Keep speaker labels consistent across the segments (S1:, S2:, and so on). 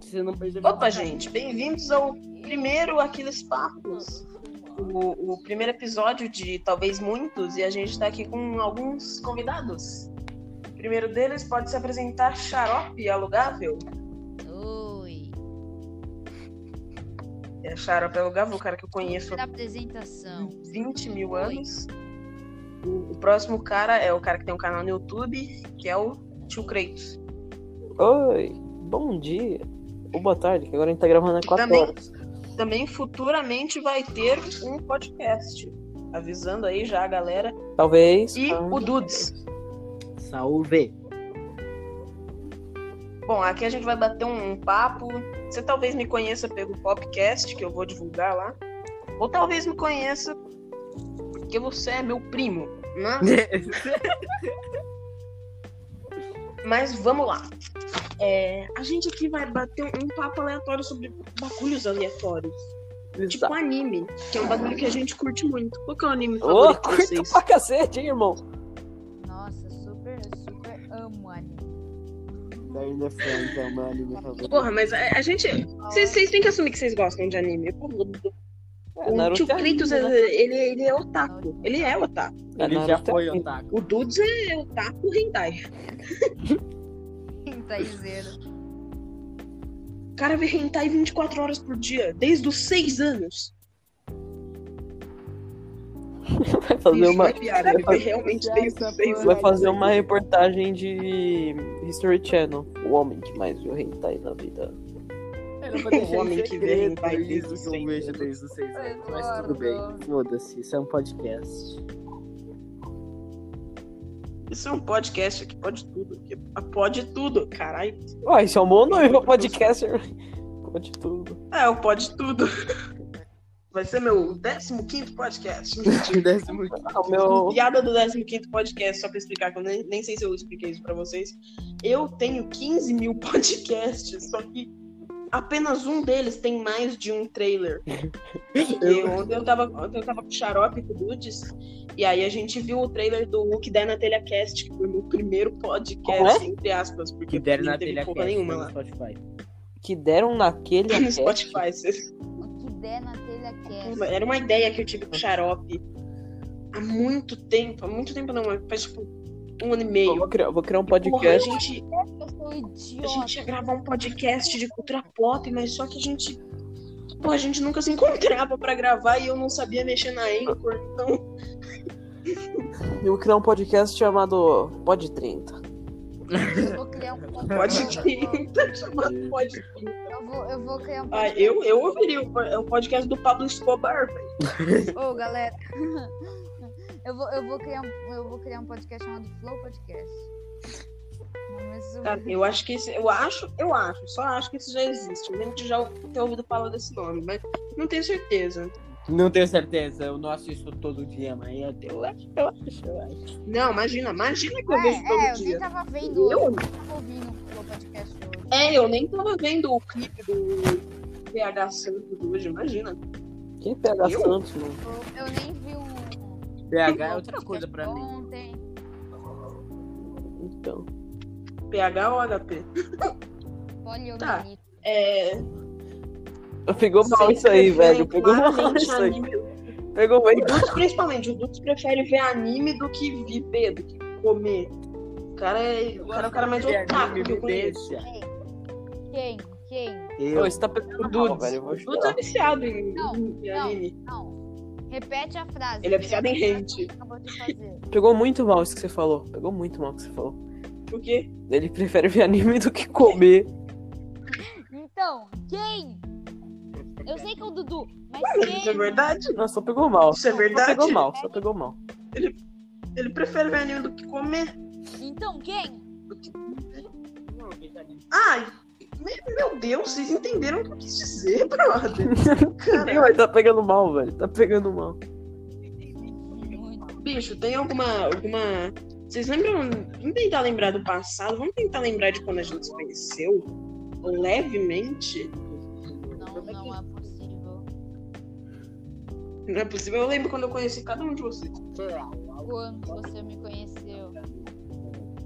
S1: você não percebeu.
S2: Opa, gente, bem-vindos ao primeiro Aquiles Papos. O, o primeiro episódio de talvez muitos, e a gente tá aqui com alguns convidados. O primeiro deles pode se apresentar Xarope Alugável.
S3: Oi.
S2: É Xarope Alugável, o cara que eu conheço
S3: Primeira apresentação.
S2: há 20 mil
S3: Oi.
S2: anos. O, o próximo cara é o cara que tem um canal no YouTube, que é o Tio Creitos.
S1: Oi, bom dia. Ou boa tarde, que agora a gente tá gravando às 4
S2: Também.
S1: horas.
S2: Também futuramente vai ter um podcast. Avisando aí já a galera.
S1: Talvez.
S2: E
S1: ah,
S2: o Dudes.
S4: Salve!
S2: Bom, aqui a gente vai bater um, um papo. Você talvez me conheça pelo podcast que eu vou divulgar lá. Ou talvez me conheça porque você é meu primo, né? Mas vamos lá. É, a gente aqui vai bater um, um papo aleatório sobre bagulhos aleatórios. Tipo
S1: Exato.
S2: anime, que é um bagulho que a gente curte muito. Qual que é o anime
S1: Ô,
S2: favorito de
S1: curto
S2: vocês?
S1: pra cacete, hein, irmão?
S3: Nossa, super, super amo anime.
S4: Dark the Friends é o meu anime favorito.
S2: Porra, mas a, a gente... Vocês vocês têm que assumir que vocês gostam de anime. Pô,
S1: É,
S2: O
S1: Naruto
S2: tio
S1: é
S2: Kratos,
S1: anime, né?
S2: ele, ele é otaku. Ele é otaku.
S1: É,
S4: Ele
S1: Naruto
S4: já
S1: é
S4: foi
S1: anime.
S4: otaku.
S2: O Dudes é otaku hentai.
S3: Tá dizendo.
S2: O cara vê hentai 24 horas por dia, desde os 6 anos.
S1: Vai fazer
S2: Isso
S1: uma.
S2: é piada, ele vê
S1: vai-
S2: realmente desde os 6
S1: Vai
S2: anos.
S1: fazer uma reportagem de History Channel. O homem que mais viu hentai na vida.
S4: Era pra
S2: O homem
S4: deixar em
S2: que vem
S4: segredo
S2: vai desde os
S4: isso que eu
S2: seis
S4: vejo
S2: anos.
S4: desde os seis anos. Mas
S3: Eduardo.
S4: tudo bem. Foda-se, isso é um podcast.
S2: Isso é um podcast aqui, pode tudo. aqui. Pode tudo, caralho.
S1: Ó, isso é um bom nome pra podcast. Pode tudo.
S2: É, o pode tudo. Vai ser meu 15 podcast.
S4: Décimo quinto.
S1: Ah, o meu.
S2: Piada do 15 podcast, só pra explicar, que eu nem, nem sei se eu expliquei isso pra vocês. Eu tenho 15 mil podcasts, só que apenas um deles tem mais de um trailer. Eu, ontem, eu tava, ontem eu tava com o Xarope com o Dudes, e aí a gente viu o trailer do Hulk Der na Telecast, que foi o meu primeiro podcast, entre aspas, porque
S4: é? Que deram
S2: não
S4: na
S2: teve
S4: telha né?
S2: porra nenhuma lá.
S4: Spotify.
S1: Que deram naquele.
S2: No
S1: cast.
S2: Spotify, vocês-
S3: O que der na telha cast.
S2: Era uma ideia que eu tive com o Xarope há muito tempo, há muito tempo não, faz tipo um ano e
S1: Eu
S2: meio.
S1: vou criar, vou criar um
S2: Porra, a
S1: podcast.
S2: gente,
S3: Eu sou
S2: A
S3: idiota.
S2: gente ia gravar um podcast de cultura pop, mas só que a gente. Pô, a gente nunca se encontrava pra gravar e eu não sabia mexer na Anchor, então.
S1: Eu vou criar um podcast chamado Pod 30.
S3: Eu vou criar um
S2: Pode que.
S3: Eu vou-
S2: tá chamando pode que.
S3: Eu vou, eu vou criar um
S2: Ah, eu, eu ouviria o po- é o podcast do Pablo Escobar, velho.
S3: Ô, galera. Eu vou, eu, vou criar um, eu vou criar um podcast chamado Flow Podcast. Mas eu-
S2: Cara, tá? Eu acho que esse. Eu acho, eu acho, só acho que isso já existe. Eu lembro de já ter ouvido falar desse nome, mas não tenho certeza.
S4: Não tenho certeza, eu não assisto todo dia, mas eu, eu acho, eu acho, eu acho.
S2: Não, imagina, imagina que eu vejo todo
S3: É, é, eu nem
S2: dia.
S3: tava vendo hoje,
S2: Eu?
S3: eu nem tava ouvindo o Flow Podcast hoje.
S2: É, eu nem tava vendo o clipe do PH Santos hoje, imagina.
S1: Quem pega
S2: Eu?
S1: Santos, né? mano?
S3: Eu- Eu nem vi o.
S4: BH é outra coisa pra mim.
S3: Ontem.
S1: Então.
S2: PH ou HP?
S3: Poliomielite.
S2: É,
S1: Pegou mal isso aí, velho. Pegou mal
S2: claramente
S1: isso aí.
S2: anime.
S1: Pegou mal.
S2: O Dutz, principalmente, o Dutz prefere ver anime do que viver, do que comer. O cara é o, cara, é o cara mais
S4: Aquele
S2: otaku
S4: anime
S2: que eu
S4: me
S2: conheço.
S4: deixa.
S3: Quem? Quem?
S1: Ô,
S4: Eu
S1: Você tá pegando
S2: Dudes.
S1: mal, velho. Eu vou
S2: O Dutz é
S1: chorar.
S2: viciado em,
S3: Não,
S2: em
S3: não.
S2: anime.
S3: Não. Repete a frase.
S2: Ele é viciado em gente.
S3: Acabou de fazer.
S1: Pegou muito mal isso que você falou. Pegou muito mal o que você falou.
S2: Porque
S1: Ele prefere ver anime do que comer.
S3: Então, quem? Eu sei que é o Dudu, mas
S2: isso é
S3: quem?
S2: verdade.
S1: Não, só pegou mal.
S2: Isso é
S1: Só pegou
S2: verdade.
S1: mal, só pegou mal.
S2: Ele prefere ver anime do que comer.
S3: Então, quem?
S2: Do que... Ai, me- meu Deus, vocês entenderam o que eu quis dizer, brother?
S1: Ih, mas tá pegando mal, velho. Tá pegando mal.
S3: Muito.
S2: Bicho, tem alguma. alguma... Vocês lembram? Vamos tentar lembrar do passado, vamos tentar lembrar de quando a gente se conheceu? Levemente?
S3: Não, não é possível.
S2: Não é possível. Eu lembro quando eu conheci cada um de vocês.
S3: Quando você me conheceu?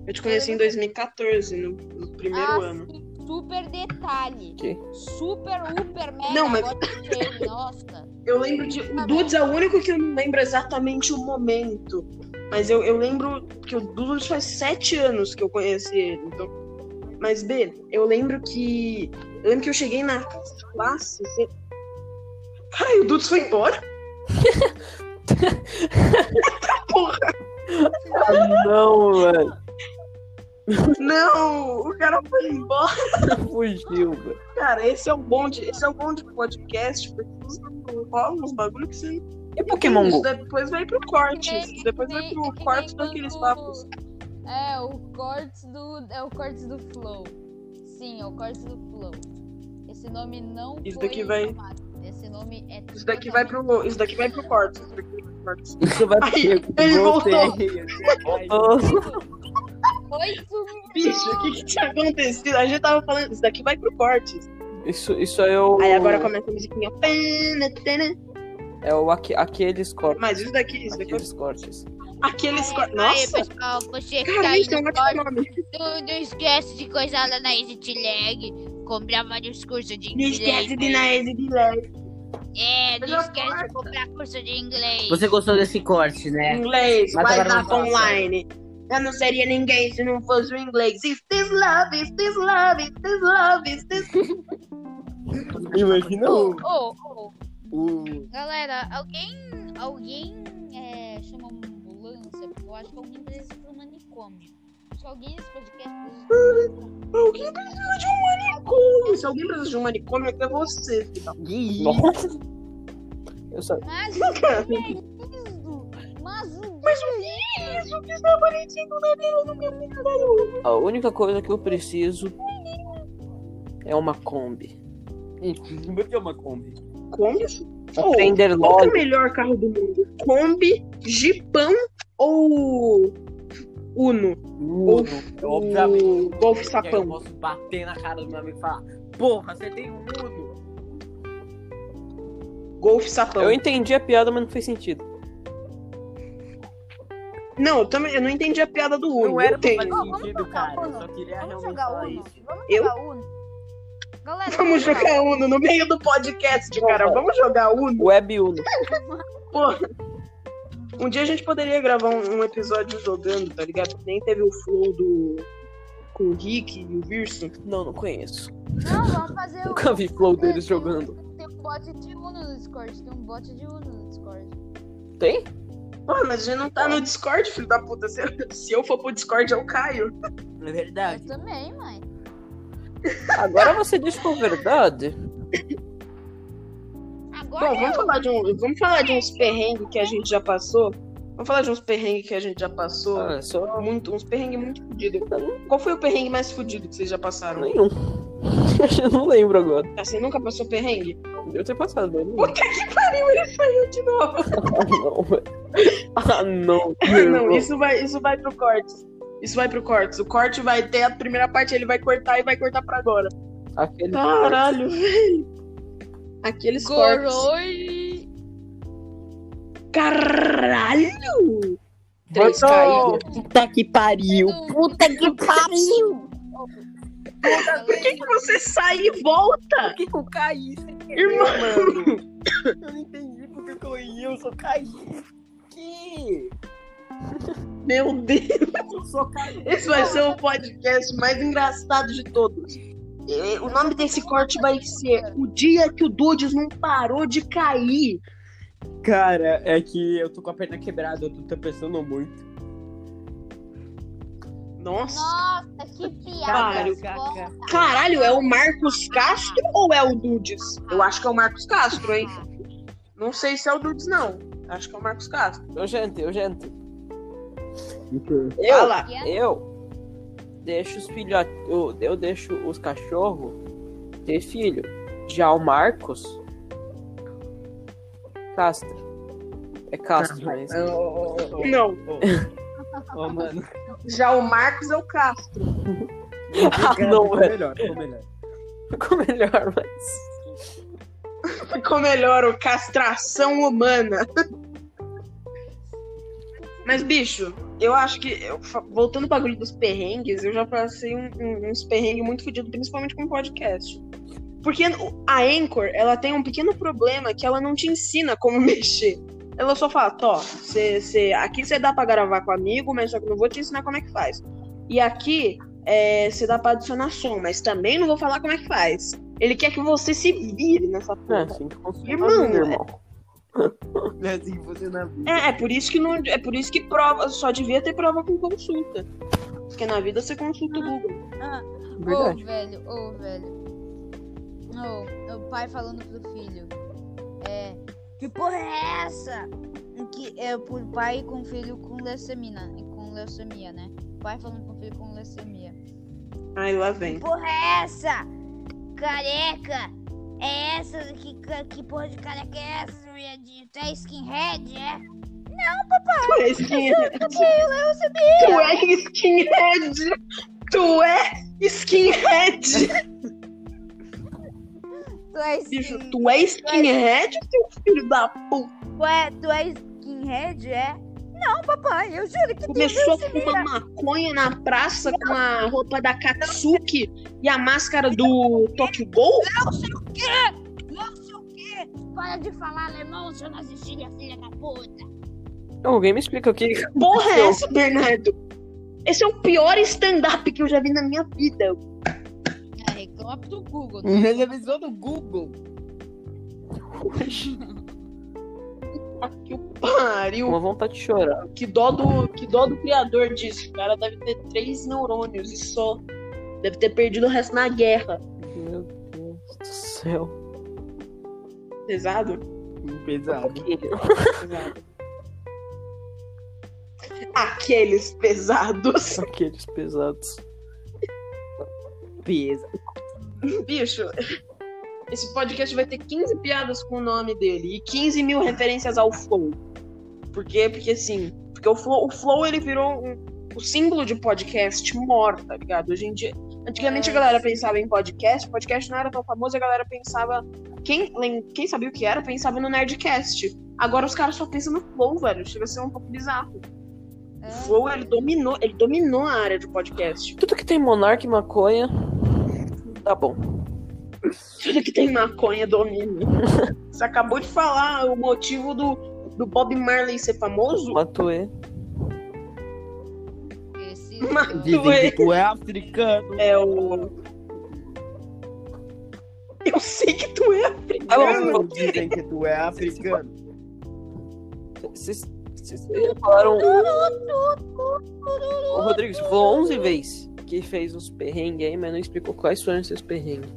S2: Eu te conheci em 2014, no, no primeiro
S3: ah,
S2: ano.
S3: sim, super detalhe.
S1: Quê?
S3: Super, super, mega
S2: Não, mas-
S3: body shape, nossa.
S2: Eu lembro de. O Dudes é o único que eu não lembro exatamente o momento. Mas eu, eu lembro que o Dudes faz sete anos que eu conheci ele. Então... Mas, B, eu lembro que. Eu lembro que eu cheguei na classe. Você... Ai, o Dudes foi embora?
S1: Ah, não, velho.
S2: Não, o cara foi embora.
S1: Fugiu, velho.
S2: Cara, esse é o bom de, esse é o bom de podcast, porque você rola uns bagulho que você.
S1: E Pokémon Go?
S2: Depois vai pro
S3: Que nem-
S2: corte. Depois
S3: que
S2: vai
S3: nem-
S2: pro
S3: é que
S2: corte
S3: nem
S2: daqueles
S3: quando-
S2: papos.
S3: É, o corte do. É o corte do Flow. Sim, é o corte do Flow. Esse nome não
S2: Isso
S3: foi
S2: daqui vai-
S3: chamado. Esse nome é.
S2: Isso daqui vai pro. Isso daqui vai pro corte. Isso daqui vai pro corte.
S1: Isso vai
S2: Ai,
S1: ter.
S2: ele voltou.
S1: Voltou.
S3: Oito minutos.
S2: Bicho, o que que tinha acontecido? A gente tava falando, isso daqui vai pro corte.
S1: Isso, isso é o.
S2: Aí agora começa a musiquinha. Pena, tena.
S1: É o, aque- aqueles cortes.
S2: Mas isso daqui, isso daqui. é
S1: Aqueles cortes.
S2: Aqueles cortes.
S5: Aí,
S2: Nossa,
S5: pessoal, você que tá
S2: cara,
S5: aí
S2: isso é um
S5: no
S2: ótimo
S5: corte,
S2: nome.
S5: não, não esquece de coisar lá na Exit Lag, comprar vários cursos de
S2: Não
S5: inglês.
S2: esquece de ir na Easy de ler.
S5: É, não
S2: Melhor
S5: esquece
S2: parte.
S5: de comprar curso de inglês.
S4: Você gostou desse corte, né?
S2: Inglês,
S4: Mas
S2: mas
S4: agora
S2: na
S4: não fala
S2: online. Eu não seria ninguém se não fosse o inglês. Is this love, is this love, is this love, is this...
S4: Imagina
S3: Ô, ô, ô.
S4: o.
S3: Galera, alguém. Alguém é, chama uma ambulância? Porque eu acho que alguém precisa ir pro manicômio. Acho que alguém nesse podcast precisa ir pro manicômio.
S2: Alguém precisa de um manicômio. Se alguém precisa de um manicômio, é você. filha.
S1: Nossa. Eu só...
S3: Mas
S2: Cara,
S3: lindo! Mas o
S2: isso que está aparecendo na minha- no meu cabelo.
S1: A única coisa que eu preciso é uma Kombi. Como é que é uma Kombi?
S2: Como isso? Oh,
S1: Aprender
S2: Qual que é o
S1: logo.
S2: melhor carro do mundo? Kombi, Jeepão ou Uno?
S4: Uno, É, obviamente.
S2: O Golf
S4: E aí eu
S2: Sapão.
S4: posso bater na cara do meu amigo e falar: Porra, você tem um Uno.
S2: Golf Sapão.
S1: Eu entendi a piada, mas não fez sentido.
S2: Não, eu também eu não entendi a piada do Uno.
S4: Não era
S2: eu
S4: pra
S2: tenho.
S4: fazer
S3: Vamos
S4: sentido, cara.
S3: tocar,
S4: Eu
S3: Uno.
S4: só queria
S3: Vamos
S4: realmente
S3: jogar
S4: falar
S3: Uno?
S4: isso.
S3: Vamos
S2: Eu?
S3: jogar Uno? Galera,
S2: Vamos jogar Uno no meio do podcast, cara. Vamos jogar Uno.
S1: Web Uno.
S2: Porra. Um dia a gente poderia gravar um, um episódio jogando, tá ligado? Nem teve o flow do. Com o Rick e o Virso.
S1: Não, não conheço.
S3: Não, vamos fazer o.
S1: Nunca vi flow deles jogando.
S3: Tem um bot de Uno no Discord. Tem um bot de Uno no Discord.
S1: Tem?
S2: Pô, mas a gente não tá no Discord, filho da puta. Se, se eu for pro Discord, eu caio.
S4: É
S3: Eu
S4: verdade.
S3: também, mãe.
S1: Agora você diz com verdade.
S3: Agora é
S2: Bom, vamos falar, de um, vamos falar de uns perrengues que a gente já passou. Vamos falar de uns perrengues que a gente já passou.
S1: Ah, só
S2: Muito, uns perrengues muito fodidos. Qual foi o perrengue mais fodido que vocês já passaram?
S1: nenhum. Eu não lembro agora.
S2: Ah, Você nunca passou perrengue?
S1: Eu tenho passado, mas não lembro.
S2: Puta que pariu, ele saiu de novo.
S1: Ah, não, velho. Ah, não.
S2: Não, isso vai, isso vai pro cortes. Isso vai pro cortes. O corte vai ter a primeira parte, ele vai cortar e vai cortar pra agora.
S1: Aquele...
S2: Caralho, velho. Aqueles cortes.
S3: Coroi.
S2: Caralho! Três
S1: Voltou.
S2: caídas.
S4: Puta que pariu.
S3: Puta que pariu!
S2: Por que, que você sai e volta?
S4: Por que que eu caí? Você
S2: Irmão,
S4: Eu não entendi porque eu caí, eu só caí. Que?
S2: meu Deus.
S4: Eu só caí.
S2: Esse vai ser o podcast mais engraçado de todos. É, O nome desse corte vai ser O Dia que o Dudes Não Parou de Cair.
S4: Cara, é que eu tô com a perna quebrada, eu tô tropeçando muito.
S2: Nossa.
S3: Nossa, que
S2: Pariu,
S3: piada.
S4: caca.
S3: Nossa,
S2: Caralho, é o Marcos Castro ou é o Dudes? Eu acho que é o Marcos Castro, hein? Não sei se é o Dudes, não. Acho que é o Marcos Castro.
S1: Ô, gente, ô, gente.
S2: Olha lá.
S3: piada.
S1: Eu deixo os filhotes. Eu, eu deixo os cachorros ter filho. Já o Marcos. Castro. É Castro, mas.
S4: Ô, ô, ô, ô,
S2: Não,
S4: ô, ô, mano.
S2: já o Marcos é o Castro.
S1: Ah, não,
S4: ficou
S1: velho.
S4: melhor, ficou melhor.
S1: Ficou melhor, mas.
S2: Ficou melhor o castração humana. Mas, bicho, Eu acho que, eu fa- voltando ao bagulho dos perrengues, eu já passei um- um- uns perrengues muito fodidos, principalmente com podcast. Porque o- a Anchor, ela tem um pequeno problema que ela não te ensina como mexer. Ela só fala, Tó, cê, cê- aqui você dá pra gravar com amigo, mas só que eu não vou te ensinar como é que faz. E aqui você dá pra adicionar som, mas também não vou falar como é que faz. Ele quer que você se vire nessa
S1: É
S2: porra.
S1: assim que funciona,
S2: Irmão,
S1: meu irmão.
S4: É assim que funciona a vida.
S2: É, é por isso que não, é por isso que prova, só devia ter prova com consulta. Porque na vida você consulta o Google.
S3: Ô,
S1: Verdade.
S3: velho, ô, velho. Ô, o pai falando pro filho. É. Que porra é essa? Em Que é por pai com filho com leucemia, com leucemia, né? Pai falando com filho com leucemia.
S2: Aí lá
S3: Que
S2: vem.
S3: porra é essa? Careca! É essa? Que, que porra de careca é essa, viadinho? Tu é skinhead, é?
S2: Tu é skinhead.
S3: Eu sabia!
S2: Tu é skinhead. Tu é skinhead.
S3: Tu é
S2: Bicho,
S3: skin...
S2: tu é skinhead, seu filho da puta.
S3: tu é, tu é skinhead, é? Não, papai, eu juro que
S2: Começou
S3: tu é
S2: com uma maconha na praça com a roupa da Katsuki e a máscara do Tokyo Gol?
S5: Não sei o quê. Para de falar alemão, seu nazistilha, filha da puta.
S1: Alguém me explica o que
S2: Porra é essa, Bernardo? Esse é o pior stand-up que eu já vi na minha vida.
S3: É, reclama pro Google. né?
S4: Ele avisou no Google.
S2: Puta que o pariu.
S1: uma vontade de chorar.
S2: Que dó, do, que dó do criador disso. O cara deve ter três neurônios e só. Deve ter perdido o resto na guerra.
S1: Meu Deus do céu.
S2: Pesado?
S4: Pesado.
S2: Pesado. Aqueles pesados.
S1: Aqueles pesados.
S4: Pesado.
S2: Bicho, esse podcast vai ter 15 piadas com o nome dele e 15 mil referências ao Flow. Por quê? Porque assim, porque o Flow, o Flow ele virou um- o símbolo de podcast morto, tá ligado? Hoje em dia. Antigamente a galera pensava em podcast, podcast não era tão famoso, a galera pensava. Quem, lem- quem sabia o que era, pensava no Nerdcast. Agora os caras só pensam no Flow, velho. Chega a ser um pouco bizarro.
S3: É,
S2: O Flow, ele dominou, ele dominou a área de podcast.
S1: Tudo que tem monarca e maconha. Tá bom.
S2: Tudo que tem maconha domina. Você acabou de falar o motivo do, do Bob Marley ser famoso?
S1: Matuê.
S3: Esse-
S2: Mas-
S4: Dizem que tu é africano.
S2: É o. Eu sei que tu é africano.
S4: Não Dizem que tu é africano.
S1: Vocês vocês falaram. Ô, Rodrigo, você falou 11 vezes que fez uns perrengues aí, mas não explicou quais foram esses perrengues.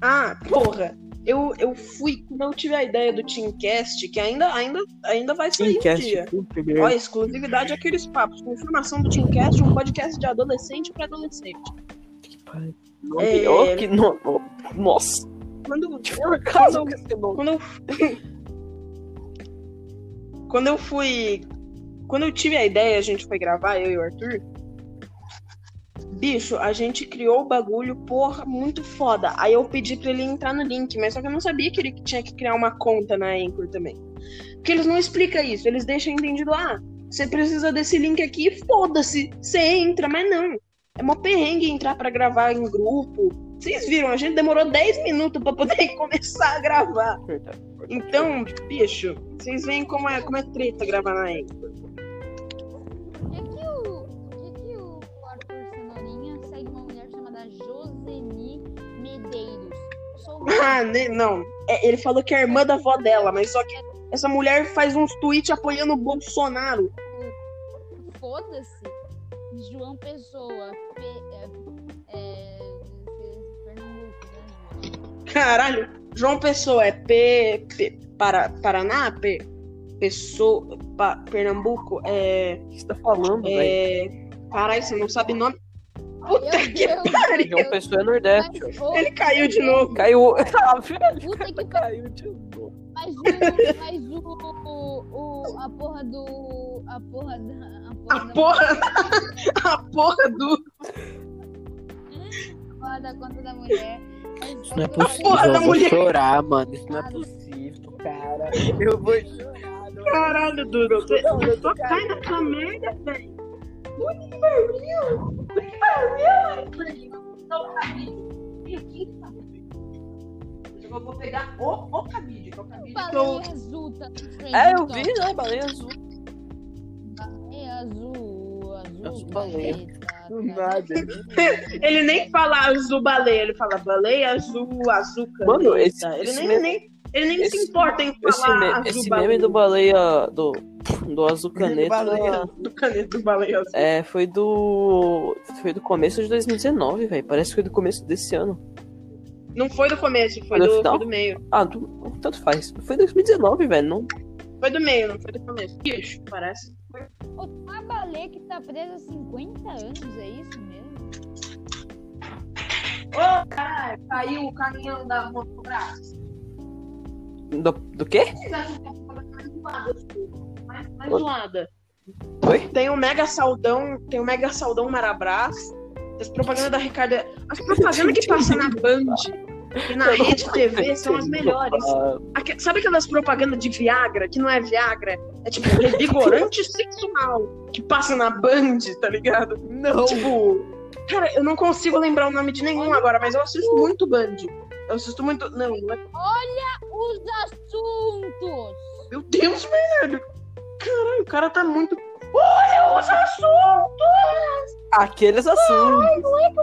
S2: Ah, porra. Eu, eu fui, quando eu tive a ideia do Teamcast, que ainda, ainda, ainda vai sair um dia. Ó, exclusividade aqueles papos. Confirmação do Teamcast, um podcast de adolescente pra adolescente. É.
S1: Ó, que no- ó, Nossa.
S2: Quando,
S1: Por causa que
S2: quando eu quando eu fui quando eu tive a ideia a gente foi gravar eu e o Arthur bicho a gente criou o bagulho porra muito foda aí eu pedi pra ele entrar no link mas só que eu não sabia que ele tinha que criar uma conta na Anchor também porque eles não explicam isso eles deixam entendido ah você precisa desse link aqui foda-se você entra mas não é mó perrengue entrar pra gravar em grupo vocês viram a gente demorou 10 minutos pra poder começar a gravar então, bicho, vocês veem como é, como é treta gravar na Anchor.
S3: Por que que o, por que que o Arthur Cenourinha segue uma mulher chamada Joseni Medeiros? Sou uma...
S2: Ah, né? Não. É, ele falou que é a irmã da avó dela, mas só que essa mulher faz uns tweets apoiando o Bolsonaro.
S3: Foda-se. João Pessoa. Pe... É... é, Pernambuco, né?
S2: Caralho, João Pessoa é P. P para, Paraná? P. Pessoa. Pa- Pernambuco? É.
S1: O que você tá falando, velho?
S2: é caralho, você não sabe nome?
S3: Meu
S2: Puta que
S3: Deus,
S2: pariu!
S1: João Pessoa é Nordeste.
S3: Mas, ô,
S2: Ele caiu de novo.
S1: Caiu. Ah, velho,
S3: Puta que pariu.
S1: Caiu de novo.
S3: Mas o. Mas o, o, o. A porra do. A porra da. A
S2: A
S3: porra da-
S2: porra. A porra do.
S3: porra da conta da mulher. Mas
S1: Isso não é
S3: eu tô falando-
S2: Porra da
S4: eu vou
S2: mulher.
S4: chorar, mano. Isso não é possível, cara. Eu vou chorar. Não
S6: Caralho, Duda.
S4: Eu tô-
S6: Você
S4: não, eu tô
S6: só cai na sua merda, velho.
S2: Eu vou pegar o, o cabide, que é o cabide.
S5: Baleia azul tá de frente.
S1: É, eu
S5: então.
S1: vi, né? Baleia azul.
S5: É azul, azul.
S1: As baleias.
S5: preta,
S1: Do
S5: tá-
S1: nada.
S2: Ele nem fala azul baleia, ele fala baleia azul, azul caneta.
S1: Mano, esse-
S2: ele,
S1: esse
S2: nem,
S1: meme-
S2: nem- ele nem
S1: esse-
S2: se importa em
S1: Esse,
S2: falar
S1: me-
S2: azul
S1: esse
S2: baleia.
S1: meme do baleia. Do, do azul
S4: Meme do
S1: caneta.
S4: baleia.
S2: do caneta do baleia azul.
S1: É, foi do. Foi do começo de 2019, velho. Parece que foi do começo desse ano.
S2: Não foi do começo, foi
S1: No
S2: do,
S1: final?
S2: foi do meio.
S1: Ah, do- tanto faz. Foi 2019, velho. Não...
S2: Foi do meio, não foi do começo. Bicho, parece.
S5: Ô, A baleia que tá presa há 50 anos, é isso mesmo?
S2: Saiu o caminhão da moto pra
S1: Do, do quê?
S2: mais zoada.
S1: Oi?
S2: Tem o mega saldão, tem o mega saldão Marabras. As propagandas da Ricardo. é- As propagandas que passam na Band e na Rede TV são as melhores.
S1: Ah,
S2: Aque- Sabe aquelas propagandas de Viagra, que não é Viagra? É tipo revigorante sexual, que passa na Band, tá ligado? Não. Tipo, cara, eu não consigo lembrar o nome de nenhum agora, mas eu assisto muito Band. Eu assisto muito. Não, não é-
S5: Os assuntos!
S2: meu Deus, velho. Caralho, o cara tá muito. Olha os assuntos!
S1: aqueles assuntos.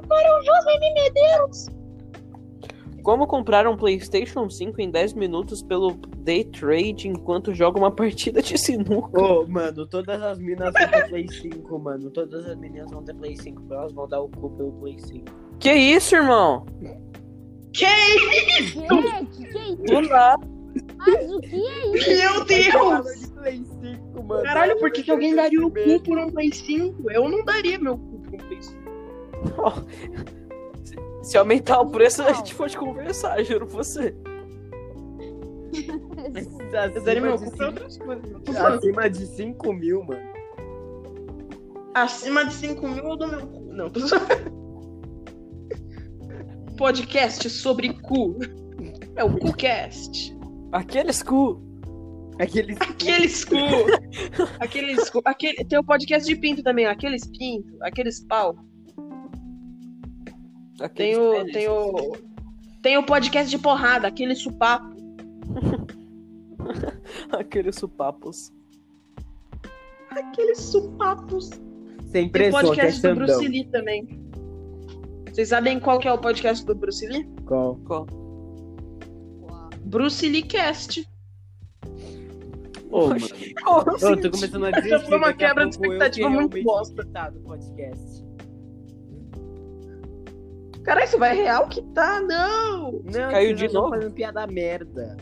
S5: Para o José Mineiros!
S1: Como comprar um PlayStation 5 em 10 minutos pelo day trade enquanto joga uma partida de sinuca?
S4: Ô, mano, todas as minas vão ter Play 5, mano. Todas as meninas vão ter Play 5, porque elas vão dar o cu pelo Play 5.
S1: Que isso, irmão?
S5: Que? Que é isso?
S1: Do nada.
S5: Mas o que é isso?
S2: Meu Deus!
S4: De Play 5, mano.
S2: Caralho, por que, que alguém daria o cu por um Play 5? Eu não daria meu cu por um Play 5.
S1: Se aumentar o preço, a gente pode conversar, juro pra você.
S5: é
S2: Eu daria
S4: Acima
S2: meu cu
S4: de
S2: pra
S4: cinco-
S2: outras coisas. eu tô falando.
S4: acima de 5 mil, mano.
S2: Acima de 5 mil eu dou meu cu. Não, tô podcast sobre cu. É o CuCast.
S1: Aqueles cu.
S4: Aqueles.
S2: Aqueles cu. Aqueles cu. Aquele... Tem o podcast de pinto também, ó. aqueles pinto, aqueles pau. Tem
S1: Aqueles
S2: o,
S1: pênis.
S2: tem o. Tem o podcast de porrada, aquele supapo.
S1: Aqueles supapos.
S2: Aqueles supapos.
S4: Sem
S2: Tem o
S4: pressão, que é
S2: podcast do
S4: Xandão.
S2: Bruce Lee também. Vocês sabem qual que é o podcast do Bruce Lee?
S4: Qual?
S2: Bruce Lee Cast.
S4: Ô, mano.
S1: Oh,
S4: Ô, tô começando a desistir.
S2: Essa foi uma
S4: daqui a
S2: quebra de
S4: pouco eu
S2: expectativa
S4: que
S2: muito
S4: realmente
S2: bosta.
S4: vou quitar do podcast.
S2: Caralho, isso vai real que tá, não!
S4: Não,
S1: Caiu
S4: vocês
S1: de
S4: não tão
S1: novo?
S4: fazendo piada merda.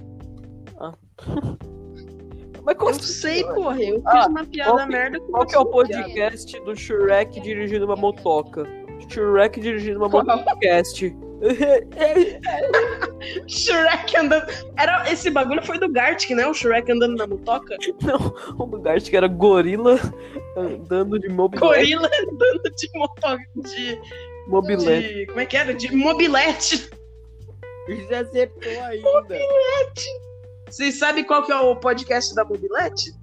S1: Mas qual,
S2: Eu sei, porra. Eu fiz
S1: assim? Ah,
S2: uma piada
S1: ok.
S2: merda com
S1: qual que é o
S2: podcast?
S1: podcast do Shrek dirigindo uma motoca? Shrek dirigindo uma É motocast.
S2: Shrek andando. Era, esse bagulho foi do Gartic, né? O Shrek andando na motoca.
S1: Não, o lugar que era gorila andando de mobilete.
S2: Gorila andando de motoca. De,
S1: mobilete.
S2: de- Como é que era? De mobilete.
S4: Ele já acertou ainda.
S2: Vocês sabem qual que é o podcast da mobilete?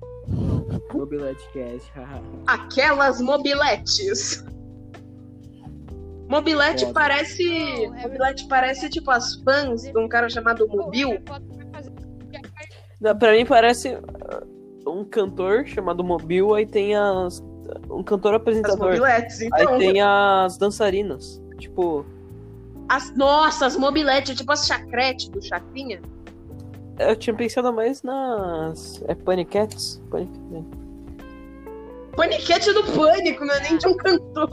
S4: Mobiletcast, haha.
S2: Aquelas mobiletes. Mobilete
S4: Foda.
S2: parece.
S5: Não, é
S2: mobilete parece tipo as fãs de um cara chamado Mobil.
S1: Não, Pra mim parece ah, um cantor chamado Mobil, aí tem as. Um cantor
S2: As
S1: apresentador.
S2: mobiletes.
S1: Aí
S2: Então,
S1: tem as dançarinas. Tipo,
S2: as, nossa, as mobiletes, tipo as chacrete do Chacrinha.
S1: eu tinha pensado mais nas. É Paniquettes? né? Panic-
S2: É. Paniquete do pânico, não é nem de um cantor.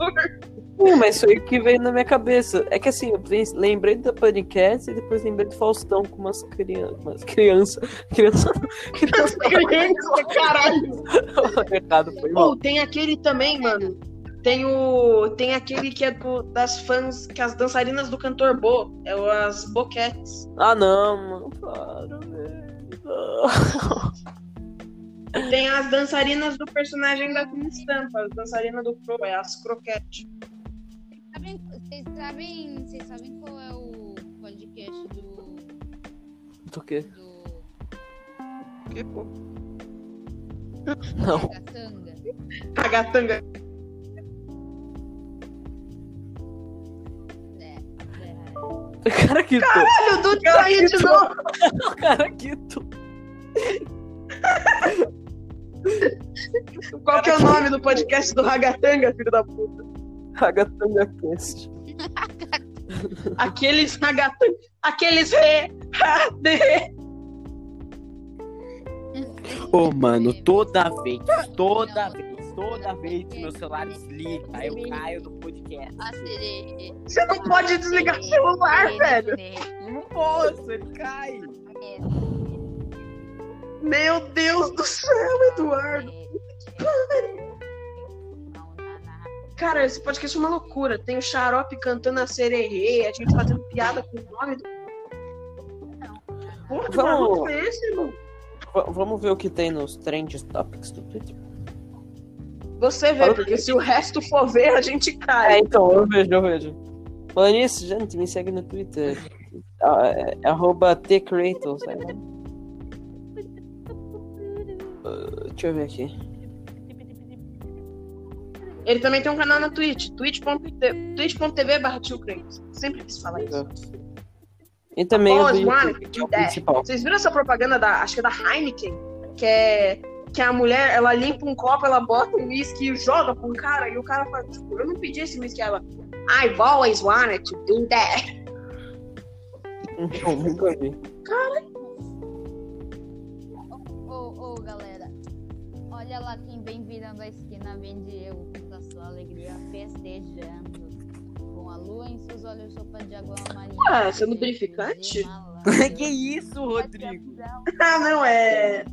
S1: Pô, mas isso aí que veio na minha cabeça. É que assim, eu pense- lembrei da Panicast e depois lembrei do Faustão com umas crianças. Umas criança. Criança. Criança.
S2: Criança, caralho.
S1: Errado, foi mal.
S2: Ou tem aquele também, mano. Tem o. Tem aquele que é do, das fãs, que as dançarinas do cantor Bo. É o- as boquetes.
S1: Ah, não, mano. Para, velho.
S2: E tem as dançarinas do personagem da Queen Estampa. As dançarinas do Pro, é as croquete.
S3: Sabem- Vocês sabem, vocês sabem qual é o podcast do.
S1: Do quê?
S3: do...
S2: Que, pô.
S1: Não.
S3: Caçanga.
S2: A gatanga.
S3: É,
S1: Cara que tu.
S2: Olha o Dudu aí de novo.
S1: Cara que tu.
S2: Qual que é o nome do podcast do Ragatanga, filho da puta?
S1: Ragatanga Cast.
S2: Aqueles Ragatanga. Aqueles re. ha, de-
S4: Ô, mano, toda vez, toda vez, toda vez que meu celular desliga, eu caio no podcast.
S2: Você não pode desligar o celular, velho.
S4: Não posso, ele cai.
S2: Meu Deus do céu, Eduardo. Cara, esse podcast é uma loucura. Tem o Xarope cantando a sererê, a gente fazendo piada com o nome do. Porra, que
S1: Vamos.
S2: maluco é esse, irmão?
S1: Va- Vamos ver o que tem nos trend topics do Twitter.
S2: Você vê, porque se o resto for ver, a gente cai.
S1: É, então, eu vejo, eu vejo. Falando nisso, gente, me segue no Twitter. Ah, é- é Arroba TCreator, sabe? Ah, Deixa eu ver aqui.
S2: Ele também tem um canal na Twitch, twitch.tv twitch.tv barra Tio Crentes. Sempre quis falar isso.
S1: E também o
S2: Após
S1: do
S2: Mark,
S1: YouTube, que é o
S2: der.
S1: principal.
S2: Vocês viram essa propaganda da, acho que é da Heineken, que é que a mulher, ela limpa um copo, ela bota um uísque e joga pro cara, e o cara fala, tipo, eu não pedi esse uísque, ela, I've always wanted to do that.
S1: Não, nunca vi.
S3: Ô, ô, galera. Olha lá quem vem virando a esquina, vende eu da sua alegria, festejando. Com a lua em seus olhos, sopa de água marinha.
S2: Ah, você é lubrificante?
S4: que isso, é Rodrigo?
S2: Ah, não, é...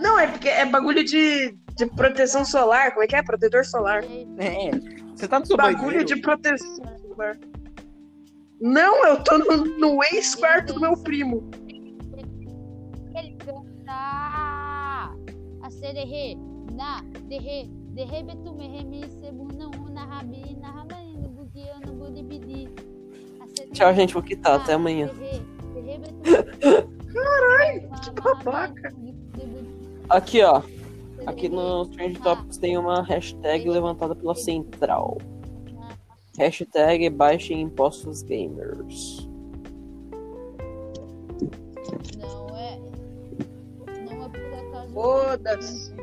S2: Não, é porque é bagulho de, de proteção solar, como é que é? Protetor solar.
S4: É, você tá no seu
S2: Bagulho de proteção solar. Não, eu tô no, no ex-quarto do meu primo.
S3: Ele canta. A sererê, na, derre, derre, betume, remi, sebu, não, na rabi, na rabani, no bugi, eu não vou dividir. A sererê,
S1: Tchau, gente. Vou quitar. Até amanhã.
S3: derre, derre, betume.
S2: que babaca.
S1: Aqui, ó. Aqui no Trend Topics tem uma hashtag levantada pela Central. Hashtag baixem impostos gamers.
S3: Não é. Não é por acaso.
S2: Foda-se.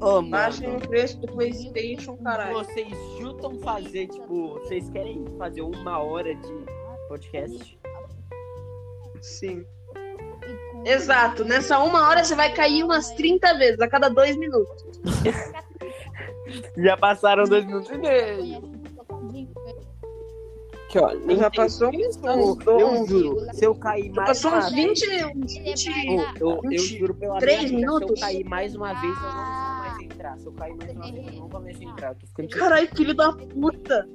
S4: Ô,
S2: Baixem
S4: mano,
S2: o preço do PlayStation, caralho.
S4: Tipo, vocês chutam fazer, tipo, vocês querem fazer uma hora de podcast?
S2: Sim. Exato, nessa uma hora você vai cair umas 30 vezes a cada dois minutos.
S4: Já passaram dois minutos e meio.
S1: Aqui, ó. nem
S2: Já
S1: tem-
S2: passou uns, uns,
S4: Eu
S2: uns,
S4: juro, se eu cair mais
S2: passou
S4: uma
S2: Tipo, uns 20, uns 20.
S4: Eu, eu, eu juro pela
S2: Três
S4: minha vida,
S2: minutos? Ah.
S4: Se eu cair mais uma vez, eu não vou mais entrar. Se eu cair mais uma vez, eu não vou mais entrar. Eu tô ficando...
S2: Caralho, filho da puta.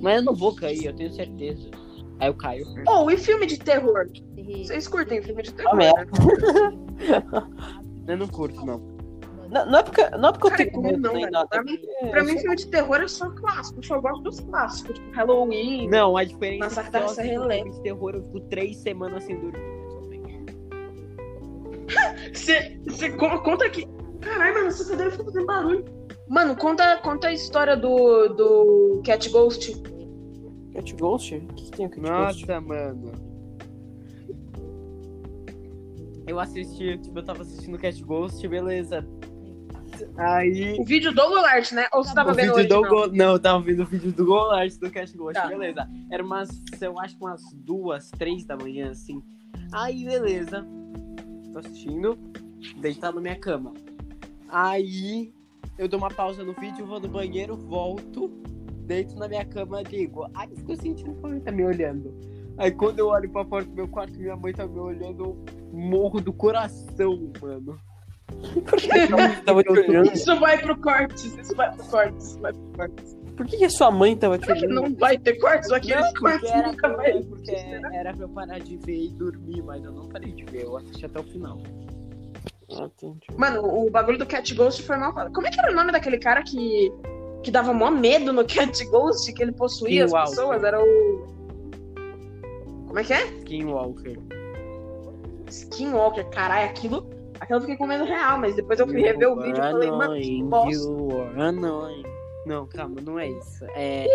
S4: Mas eu não vou cair, eu tenho certeza. Aí eu caio.
S2: Oh, e filme de terror? Vocês curtem filme de terror? né?
S1: Ah, merda.
S4: Eu não curto, não.
S1: Não, não é porque, não é porque eu
S2: Cara,
S1: tenho
S2: como
S1: medo
S2: não,
S1: nem
S2: velho?
S1: nada.
S2: Pra mim-
S1: é
S2: Pra
S1: só-
S2: mim, filme de terror é só clássico. Eu só gosto dos clássicos, tipo Halloween.
S4: Não, a diferença
S2: Nossa,
S4: é que
S2: tá
S4: eu
S2: essa
S4: assisto
S2: relé.
S4: filme de terror, eu fico três semanas sem dormir.
S2: Você você co- conta aqui. Caralho, mano, tá essa cadeira fica fazendo barulho. Mano, conta, conta a história do, do Cat Ghost.
S1: Cat Ghost? O que, que tem o Cat Ghost?
S4: mano. Eu assisti, tipo, eu tava assistindo Cat Ghost, beleza. Aí.
S2: O vídeo do Golart, né? Ou você tava
S4: o
S2: vendo
S4: vídeo
S2: hoje?
S4: do
S2: não?
S4: Go... Não, eu tava vendo o vídeo do Golart do Cash Ghost,
S2: Tá.
S4: beleza. Era umas, eu acho que umas duas, três da manhã, assim. Aí, beleza. Tô assistindo, deitado na minha cama. Aí, eu dou uma pausa no vídeo, vou no banheiro, volto, deito na minha cama, ligo. Aí, eu fico sentindo que alguém tá me olhando. Aí, quando eu olho pra porta do meu quarto, minha mãe tá me olhando, eu morro do coração, mano.
S1: Por que que a mãe tava te olhando?
S2: Isso vai pro cortes, isso vai pro cortes, isso vai pro cortes.
S1: Por que, que a sua mãe tava te
S2: Será que
S1: olhando?
S2: não vai ter cortes? Aqueles
S4: Não, porque
S2: cortes
S4: era,
S2: nunca
S4: é,
S2: vai.
S4: porque era pra eu parar de ver e dormir, mas eu não parei de ver, eu assisti até o final.
S1: Ah, entendi.
S2: Mano, o bagulho do Cat Ghost foi mal. falado. Como é que era o nome daquele cara que, que dava mó medo no Cat Ghost, que ele possuía
S4: Sim, o
S2: as pessoas? Era o. Como é que é?
S4: Skinwalker.
S2: Skinwalker, caralho, aquilo. Aquilo eu fiquei com medo real, mas depois eu fui rever o vídeo e falei, mano, que bosta.
S4: annoying. Não, calma, não é isso. É.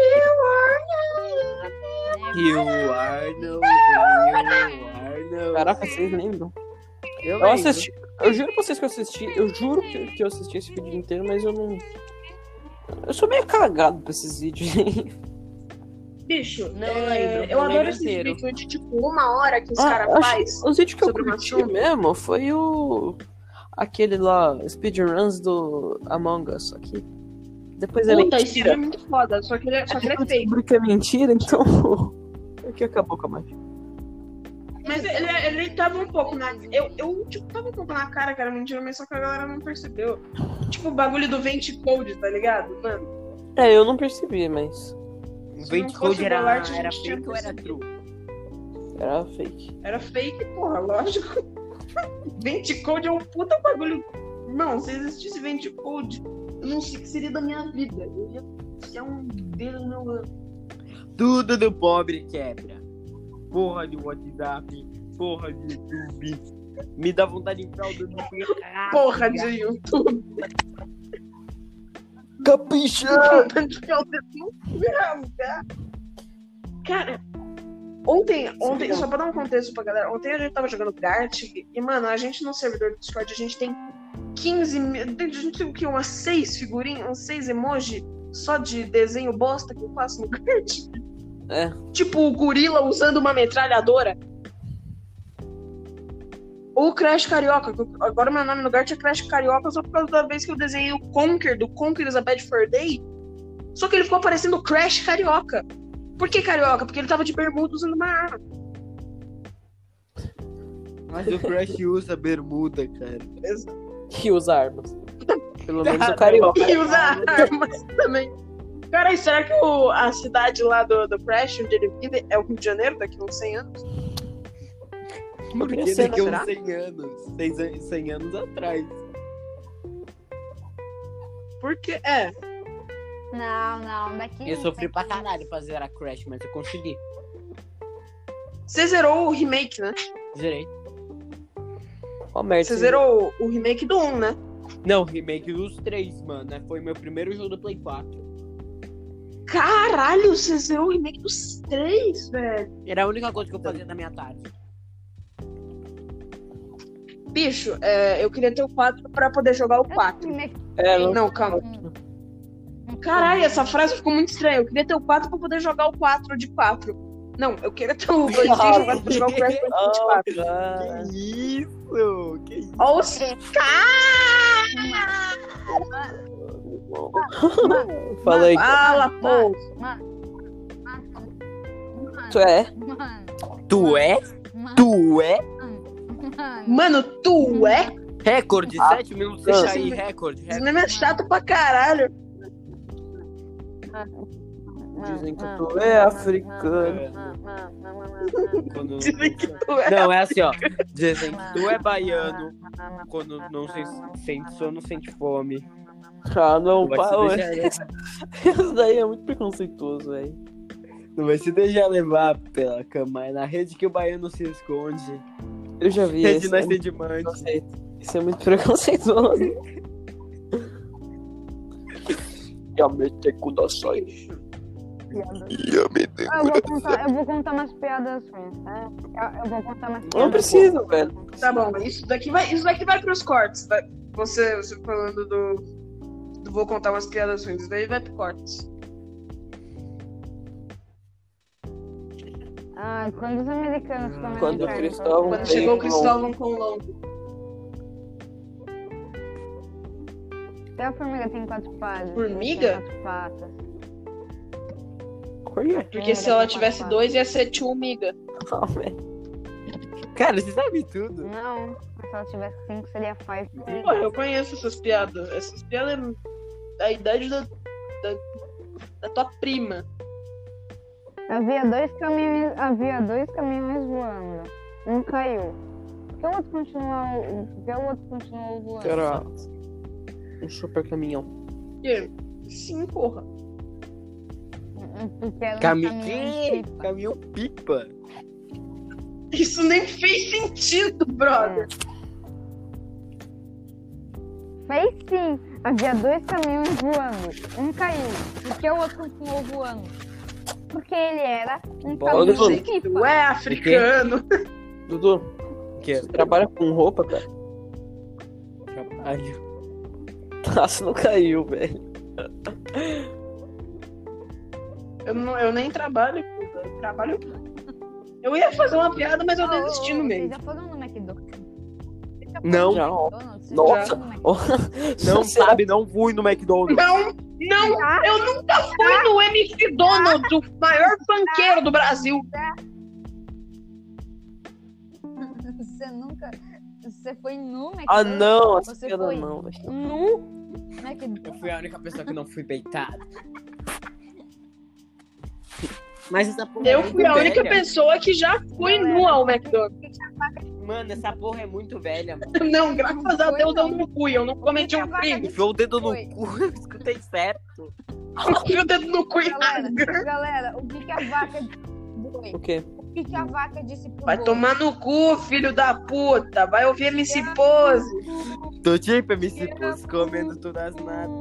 S4: You are no. You are no.
S1: Caraca, vocês lembram?
S4: eu
S1: Eu
S4: lembro.
S1: assisti. Eu juro pra vocês que eu assisti. Eu juro que, que eu assisti esse vídeo inteiro, mas eu não. Eu sou meio cagado pra esses vídeos, hein?
S2: Bicho,
S4: Não
S2: é,
S4: lembro,
S2: eu
S4: não
S2: adoro
S4: lembro
S2: esses
S4: inteiro.
S2: vídeos de tipo uma hora que os
S1: Ah,
S2: caras
S1: acho-
S2: fazem.
S1: Os vídeos que eu
S2: Sobre um
S1: curti
S2: assunto.
S1: mesmo foi o. Aquele lá, speedruns do Among Us, só que. Depois é
S2: Puta, esse vídeo é
S1: mentira.
S2: muito foda, só que ele é, só que ele é feio.
S1: Descobri que é mentira, então. É que acabou com a magia.
S2: Mas ele, ele tava um pouco na. Eu, eu tipo, tava um pouco na cara que era mentira, mas só que a galera não percebeu. Tipo, o bagulho do Vent Cold, tá ligado? Mano,
S1: É, eu não percebi, mas.
S4: O
S2: Se não
S4: Vent
S2: fosse
S4: Cold
S2: o
S4: era,
S2: Golart, a
S4: era
S2: gente tinha
S4: fake ou era
S2: percebido.
S4: true?
S1: Era fake.
S2: era fake, porra, lógico. Vent Cold é um puta bagulho. Não, se existisse Vent Cold, eu não sei o que seria da minha vida. Eu ia ser um dedo no meu.
S4: Tudo do pobre quebra. Porra de WhatsApp, porra de YouTube. Me dá vontade de entrar o dedo no cu.
S2: Porra de YouTube.
S1: Capricha!
S2: tá? Cara, ontem, ontem, só pra dar um contexto pra galera, ontem a gente tava jogando Gartic e, mano, a gente no servidor do Discord, a gente tem 15 mil. A gente tem o quê? Umas seis figurinhas, uns seis emoji só de desenho bosta que eu faço no Gartic.
S1: É.
S2: Tipo o gorila usando uma metralhadora. Ou Crash Carioca. que eu- Agora meu nome no Gart é Crash Carioca só por causa da vez que eu desenhei o Conker, do Conker is a Bad Fur Day. Só que ele ficou parecendo o Crash Carioca. Por que Carioca? Porque ele tava de bermuda usando uma arma.
S4: Mas o Crash usa bermuda, cara.
S1: Que usa armas. Pelo menos o carioca.
S2: E usa armas também. Cara, será que o- a cidade lá do, do Crash, onde ele vive, é o Rio de Janeiro daqui a uns 100 anos?
S4: Por
S1: Poderia
S4: que
S1: ser,
S4: daqui a
S2: será?
S4: uns 100 anos? 100 an- 100 anos atrás.
S2: Porque, é,
S5: Não, não, daqui.
S4: Eu sofri pra caralho pra zerar Crash, mas eu consegui.
S2: você zerou o remake, né?
S4: Zerei.
S1: Ó, merda.
S2: Você zerou o, o remake do 1, né?
S4: Não, remake dos três, mano. né? Foi meu primeiro jogo do Play 4.
S2: Caralho, você zerou o remake dos três, velho.
S4: Era a única coisa que eu fazia na minha tarde.
S2: Bicho, é, eu queria ter o 4 pra poder jogar o 4.
S1: É, não-
S2: Não, calma.
S5: Hum.
S2: Caralho, essa frase ficou muito estranha. Eu queria ter o 4 pra poder jogar o 4 de 4. Não, eu queria ter o 2 pra poder jogar o Crash Bandicoot de 4.
S4: É.
S1: Ah,
S4: Que isso? Que isso?
S2: Olha os
S1: Fala aí.
S2: Fala, pô.
S1: Tu é?
S5: Mano,
S4: Tu é?
S5: mano,
S4: Tu é?
S5: mano.
S2: Mano, tu é?
S4: Recorde, 7 minutos. Deixa aí,
S2: sim.
S4: recorde.
S2: Esse
S4: recorde.
S2: nome é chato pra caralho.
S1: Dizem que tu é africano.
S4: Quando-
S2: Dizem que tu é.
S4: Não, é assim, ó. Dizem que tu é baiano quando não se- sente sono, sente fome.
S1: Ah, não,
S4: Vai se
S1: pá,
S4: deixar levar.
S1: isso daí é muito preconceituoso, velho.
S4: Não vai se deixar levar pela cama. É na rede que o baiano se esconde.
S1: Eu já vi
S4: Rede
S1: isso. É
S4: nasce
S1: muito
S4: de mante.
S1: preconceito. Isso é muito preconceituoso.
S5: Eu vou contar, eu vou contar umas piadas ruins, né? Eu, eu vou contar umas piadas
S1: Não precisa, velho.
S2: Tá bom, mas isso daqui vai, isso daqui vai pros cortes. vai- Você, você falando do, do Vou contar umas piadas ruins. Isso daí vai pro cortes.
S5: Ah, quando os
S4: Hum.
S5: americanos comeram
S1: Quando o
S5: carne,
S1: Cristóvão
S5: quando-
S2: Quando
S1: Tem
S2: chegou o
S1: um-
S2: Cristóvão com o Longo.
S5: Até a formiga tem quatro patas.
S2: Formiga?
S5: Tem quatro patas.
S1: Olha,
S2: Porque
S3: É,
S2: se ela tivesse dois, ia ser tio Miga.
S1: ah, velho.
S4: Cara, você sabe tudo.
S5: Não, mas se ela tivesse cinco, seria five.
S2: Pô, eu conheço essas piadas. Essas piadas é a idade da, da, da tua prima.
S5: Havia dois caminhões, havia dois caminhões voando. Um caiu. Por que o outro continuou, por que o outro continuou voando?
S1: Era um super caminhão.
S2: quê? Sim, porra.
S5: Porque era um
S4: Cami...
S5: caminhão
S4: Que?
S5: pipa.
S4: Caminhão pipa.
S2: Isso nem fez sentido, brother.
S3: Fez sim. Havia dois caminhões voando. Um caiu. Porque o outro continuou voando. Porque ele era um
S1: Bola
S3: caminhão
S1: do
S3: de
S1: Zulu.
S2: Tu
S3: pipa.
S2: é africano.
S1: Dudu,
S4: Que? é
S1: você trabalha com roupa, cara?
S4: Trabalho.
S1: Nossa, Tá, não caiu, velho.
S2: Eu, não, eu nem trabalho, com- eu trabalho. com- Eu ia fazer uma piada, mas eu
S3: Ô, ô,
S2: desisti no
S3: Ah, ô,
S2: meio.
S3: Vocês já foram no McDonald's? Vocês já
S4: Não.
S3: foram
S1: Já,
S3: no
S1: ó.
S3: McDonald's? Vocês já
S1: Nossa.
S3: foram no McDonald's?
S4: Não
S1: Será-
S4: sabe, não fui no McDonald's.
S2: Não, não, eu nunca fui no MC Donald, o maior banqueiro do Brasil.
S3: Você nunca. Você foi no McDonald's?
S1: Ah, não, essa
S3: Você
S1: piada
S3: foi
S1: não, velho.
S3: No
S4: Eu
S3: McDonald's?
S4: fui a única pessoa que não fui peitada. Mas essa porra é
S2: Eu
S4: muito
S2: fui a única
S4: velha.
S2: pessoa que já foi
S3: é.
S2: nua ao McDonald's.
S4: Mano, essa porra é muito velha, mano.
S2: Não, graças a Deus eu não fui, eu não cometi um crime.
S4: Enfiou o dedo no
S3: Foi.
S4: cu, eu escutei certo.
S2: Eu fui o dedo no cu e
S3: Galera, galera, o que, que a vaca foi?
S1: O quê?
S3: O que, que a vaca disse pro
S2: Vai
S3: boi?
S2: tomar no cu, filho da puta. Vai ouvir MC Pose.
S4: Tô tipo MC Pus comendo tudo as nada.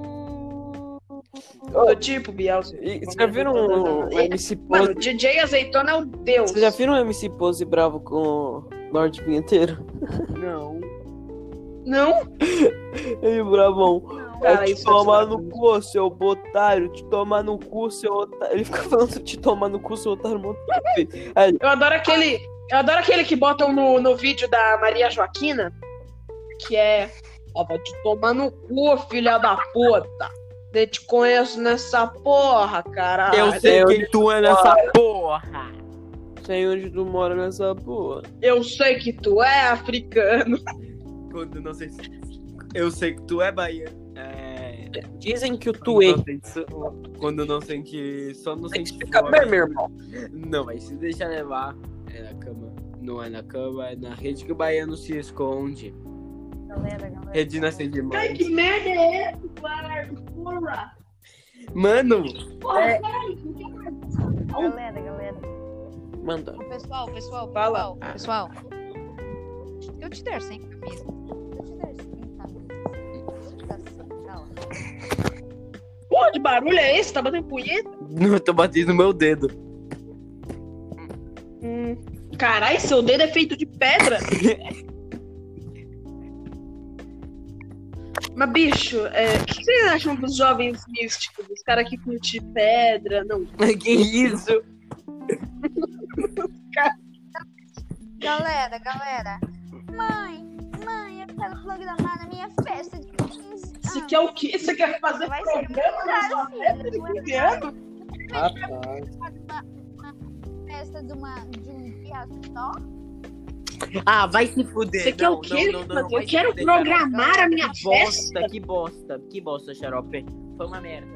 S2: Ô, tipo, Bielsa.
S1: E, vocês já viram o, o MC
S2: Mano,
S1: Pose?
S2: DJ Azeitona é o deus.
S1: Vocês já viram o MC Pose bravo com o Lorde Pinheiro?
S4: Não.
S2: Não,
S1: Ei, bravão.
S2: Cara,
S1: Vai te
S2: isso é
S1: tomar
S2: absurdo.
S1: no cu, seu otário. Te tomar no cu, seu otário. Ele fica falando te tomar no cu, seu otário. um monte de vezes. Aí,
S2: Eu adoro aquele. Eu adoro aquele que botam no, no vídeo da Maria Joaquina, que é. Ó, vai te tomar no cu, filha da puta. Eu te conheço nessa porra, caralho.
S4: Eu sei quem tu é nessa porra.
S1: sei onde tu mora nessa boa.
S2: Eu sei que tu é africano.
S4: Quando não sei se... Eu sei que tu é baiano. É...
S1: Dizem que o Tuê.
S4: Quando não sente so- Quando não sente... Só não sente
S1: Fica
S4: fome.
S1: bem, meu irmão.
S4: Não, mas se deixa levar, é na cama. Não é na cama, é na rede que o baiano se esconde.
S3: Galera, galera.
S4: Rede nasce demais.
S2: merda é essa, Porra!
S4: Mano,
S2: Porra,
S3: Galera, galera.
S1: Manda.
S7: Ô, Pessoal, pessoal,
S2: Fala.
S7: pessoal, pessoal. Eu te der sem camisa.
S3: Eu te dei sim, tá? Tá sim, cala.
S2: Porra, que barulho é esse? Tá batendo punheta?
S4: eu tô batendo meu dedo.
S2: Hum. Caralho, seu dedo é feito de pedra? Mas, bicho, é, o que vocês acham dos jovens místicos? Os caras que curtem pedra, não.
S4: que isso?
S7: Galera, galera.
S3: Mãe, mãe, eu quero programar na minha festa de 15
S2: Você quer o quê? Você quer fazer
S3: Vai ser
S2: é um programa na sua festa
S3: é
S2: de 15 anos?
S4: Rapaz.
S3: festa de uma de um piató.
S4: Ah, vai se fuder.
S2: Você quer é o
S4: Não,
S2: quê?
S4: não, não, não, vai
S2: Eu
S4: se
S2: quero
S4: fuder,
S2: programar a minha
S4: Que
S2: festa.
S4: bosta, que bosta, que bosta, xarope. Foi uma merda.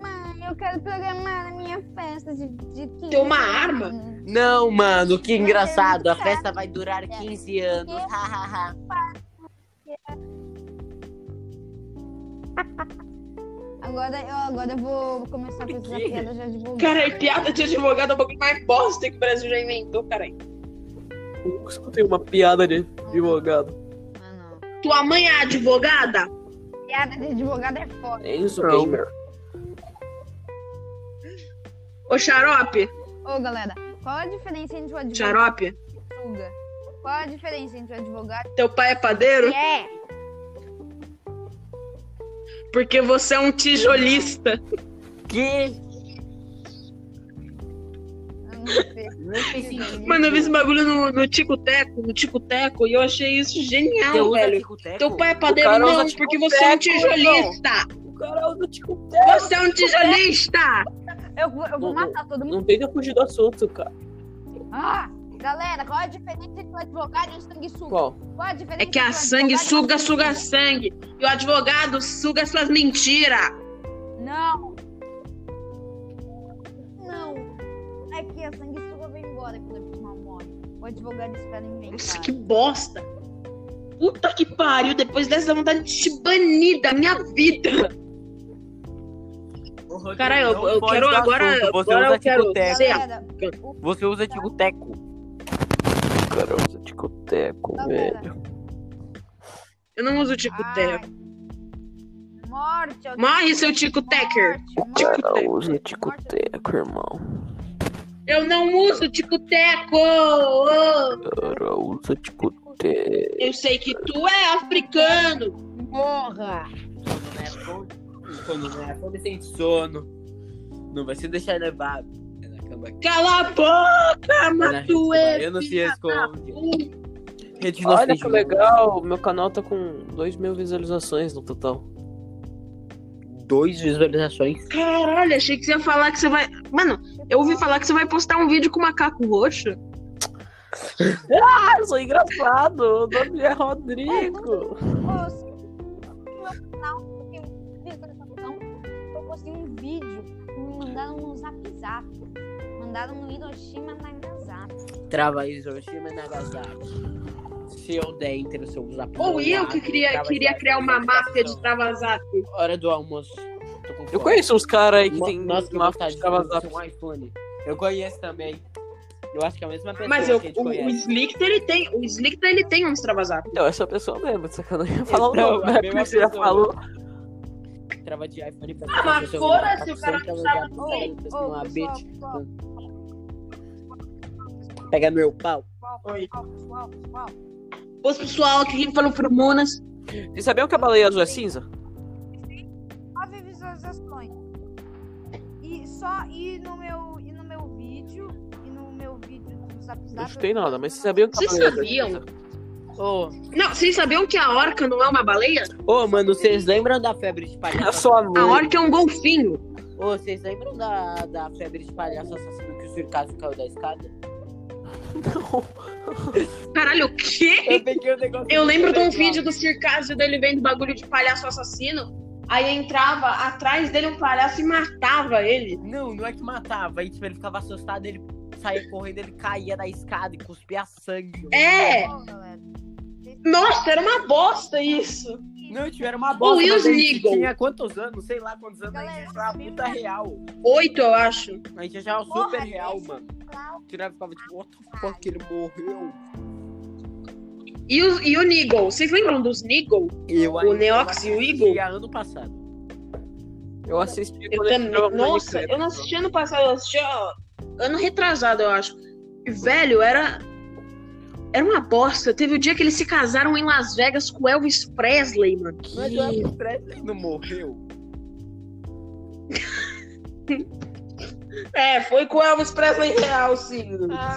S3: Mãe, eu quero programar na minha festa de, de 15
S2: Tem uma
S3: anos.
S2: arma?
S4: Não, mano,
S1: é
S4: que engraçado. A
S3: Não,
S4: festa vai durar 15 anos.
S3: Agora eu, agora eu vou começar a fazer a
S4: quê?
S3: piada já de bobo.
S2: Cara, é piada de advogado é o bagulho mais bosta que o Brasil já inventou, caralho.
S1: Eu nunca escutei uma piada de advogado.
S7: Ah, não.
S2: Tua mãe é advogada?
S3: Piada de advogado é foda.
S1: Enzo
S4: Não.
S1: Gamer.
S2: Ô, xarope,
S3: Ô, galera, qual a diferença entre o advogado
S2: xarope,
S3: e o fuga? Qual a diferença entre o advogado
S2: teu pai é padeiro?
S3: e é?
S2: Porque você é um tijolista.
S4: Que?
S3: Eu não sei.
S4: Não fez sentido.
S2: Mano, eu vi esse bagulho no, no Tico Teco, no Tico Teco, e eu achei isso
S4: Você
S2: genial,
S4: usa
S2: velho.
S4: tico-teco?
S2: Teu pai é padeiro
S1: cara usa
S2: não,
S1: Tico
S2: porque você é um
S1: Teco,
S2: tijolista.
S1: O cara usa tipo.
S2: Você é um tijolista.
S3: Eu vou, eu vou matar todo mundo.
S1: Não tenta fugir do assunto, cara.
S3: Ah, galera, qual a diferença entre o advogado e o sanguessuga?
S1: Qual?
S3: Qual a diferença
S2: É que a
S3: entre o
S2: sangue
S3: advogado e
S2: suga,
S3: o
S2: suga sangue. E o advogado suga suas mentiras.
S3: Não! Não! É que a sanguessuga vai embora quando a vítima morre. O advogado espera
S2: Nossa,
S3: inventar.
S2: que bosta. Puta que pariu. Depois dessa dá vontade de te banir da minha vida.
S4: Ô, Rodrigo,
S2: Caralho, eu-
S4: não
S2: eu
S4: pode
S2: quero
S4: dar
S2: agora-
S4: assunto. Você
S2: agora
S4: usa tipo
S2: eu quero-
S4: tico-teco.
S2: Sei.
S3: Galera,
S4: tipo Você usa tico-teco.
S1: garoto, ticoteco,
S3: Ah,
S2: É,
S1: velho.
S2: Eu não uso tico teco.
S3: Ai. Morte, alguém-
S2: Morre, seu tico tecker.
S3: Morte, morte.
S2: Tá
S1: Cara, usa
S3: ticoteco.
S1: ticoteco, irmão.
S2: Eu não uso tico teco.
S1: Cara, usa ticoteco.
S2: Eu sei que tu é africano.
S3: Morra!
S4: Quando não é fome, quando não é fome tem sono. Não vai se deixar levar. É na cama que
S2: Cala a boca,
S4: é na rede
S2: Matue.
S4: baiana, se esconde. Rede não
S1: Olha
S4: finge,
S1: que
S4: né?
S1: legal, meu canal tá com 2 mil visualizações no total.
S4: Dois visualizações.
S2: Caralho, achei que você ia falar que você vai. Mano, eu ouvi falar que você vai postar um vídeo com macaco roxo.
S1: Ah, eu sou engraçado, o nome é Rodrigo.
S3: Nossa, meu canal tem um visualização. Eu postei um vídeo, me mandaram no Zap Zap. Mandaram no Hiroshima é Nagasaki.
S4: Trava aí, Hiroshima e Nagasaki. Se eu der entre os seus apoios.
S2: Ou eu
S4: né,
S2: que queria, queria criar uma máfia de Travazap.
S4: Hora do almoço. Tô com
S1: Eu
S4: fome.
S1: conheço uns caras aí que
S4: Mo-
S1: tem
S4: Nossa, que
S1: máfia
S4: vontade
S1: de
S4: de
S1: Travazap.
S4: ter um iPhone. Eu conheço também. Eu acho que é a mesma pessoa
S2: Mas eu,
S4: que a gente
S2: o, o
S4: conhece.
S2: Slickter, ele tem, o Slickter, ele tem um Travazap.
S1: Então, essa pessoa mesmo, sacanagem. Eu ia falar o
S4: Então,
S1: nome,
S4: a
S1: né?
S4: mesma
S1: Porque Você já
S4: pessoa.
S1: falou.
S4: Trava de iPhone pra
S2: Ah, mas foda-se, o cara precisava
S3: Ô,
S2: Ei,
S3: ô,
S4: uma
S3: pessoal,
S4: bitch.
S3: pessoal,
S4: Pega meu pau.
S2: Oi.
S3: pessoal, pessoal, pessoal.
S2: Os pessoal que falam pro Monas.
S1: Vocês sabiam que a baleia azul é cinza?
S3: Nove visualizações. E só e no meu e no meu vídeo e no meu vídeo do Zap Zap.
S1: Não
S3: eu
S1: chutei nada,
S3: tô
S1: mas
S3: com
S1: vocês sabiam que a
S2: Vocês
S1: baleia azul é
S2: sabiam?
S1: cinza?
S2: Não, vocês sabiam que a orca não é uma baleia?
S4: Ô, mano, vocês lembram da febre de
S1: Eu
S4: palhaço?
S1: sou
S2: A
S1: amor.
S2: orca é um golfinho.
S4: Ô, vocês lembram da, da febre de palhaço assassino que o Circaso caiu da escada?
S2: Caralho, o quê?
S4: peguei o negócio.
S2: Eu lembro de um vídeo do Circásio dele vendo bagulho de palhaço assassino. Aí entrava atrás dele um palhaço e matava ele.
S4: Não, não é que matava. Aí, tipo, ele ficava assustado, ele saía correndo, ele caía da escada e cuspia sangue.
S2: É!
S3: Bom, galera.
S2: Nossa, era uma bosta isso.
S4: Não, tiveram uma
S2: Ô,
S4: bosta.
S2: e
S4: mas
S2: os
S4: a gente
S2: Nigel?
S4: Tinha quantos anos? Sei lá quantos anos. A gente achava puta real.
S2: Oito, eu acho.
S4: A gente achava
S3: Porra,
S4: super real,
S2: é
S3: esse
S4: mano. Tirava e ficava tipo, what the fuck, ele morreu.
S2: E o, e o Nigel? Vocês lembram dos Nigel?
S4: Eu
S2: O Neox e o Eagle?
S4: ano passado.
S1: Eu assisti
S2: Eu
S1: quando eles
S2: também.
S1: jogavam
S2: Nossa,
S1: Minecraft.
S2: eu não assisti ano passado, eu assisti ó, ano retrasado, eu acho. E, Velho, era. Era uma bosta. Teve o dia que eles se casaram em Las Vegas com o Elvis Presley, mano.
S4: Mas o Elvis Presley não morreu.
S2: É, foi com o Elvis Presley real, sim.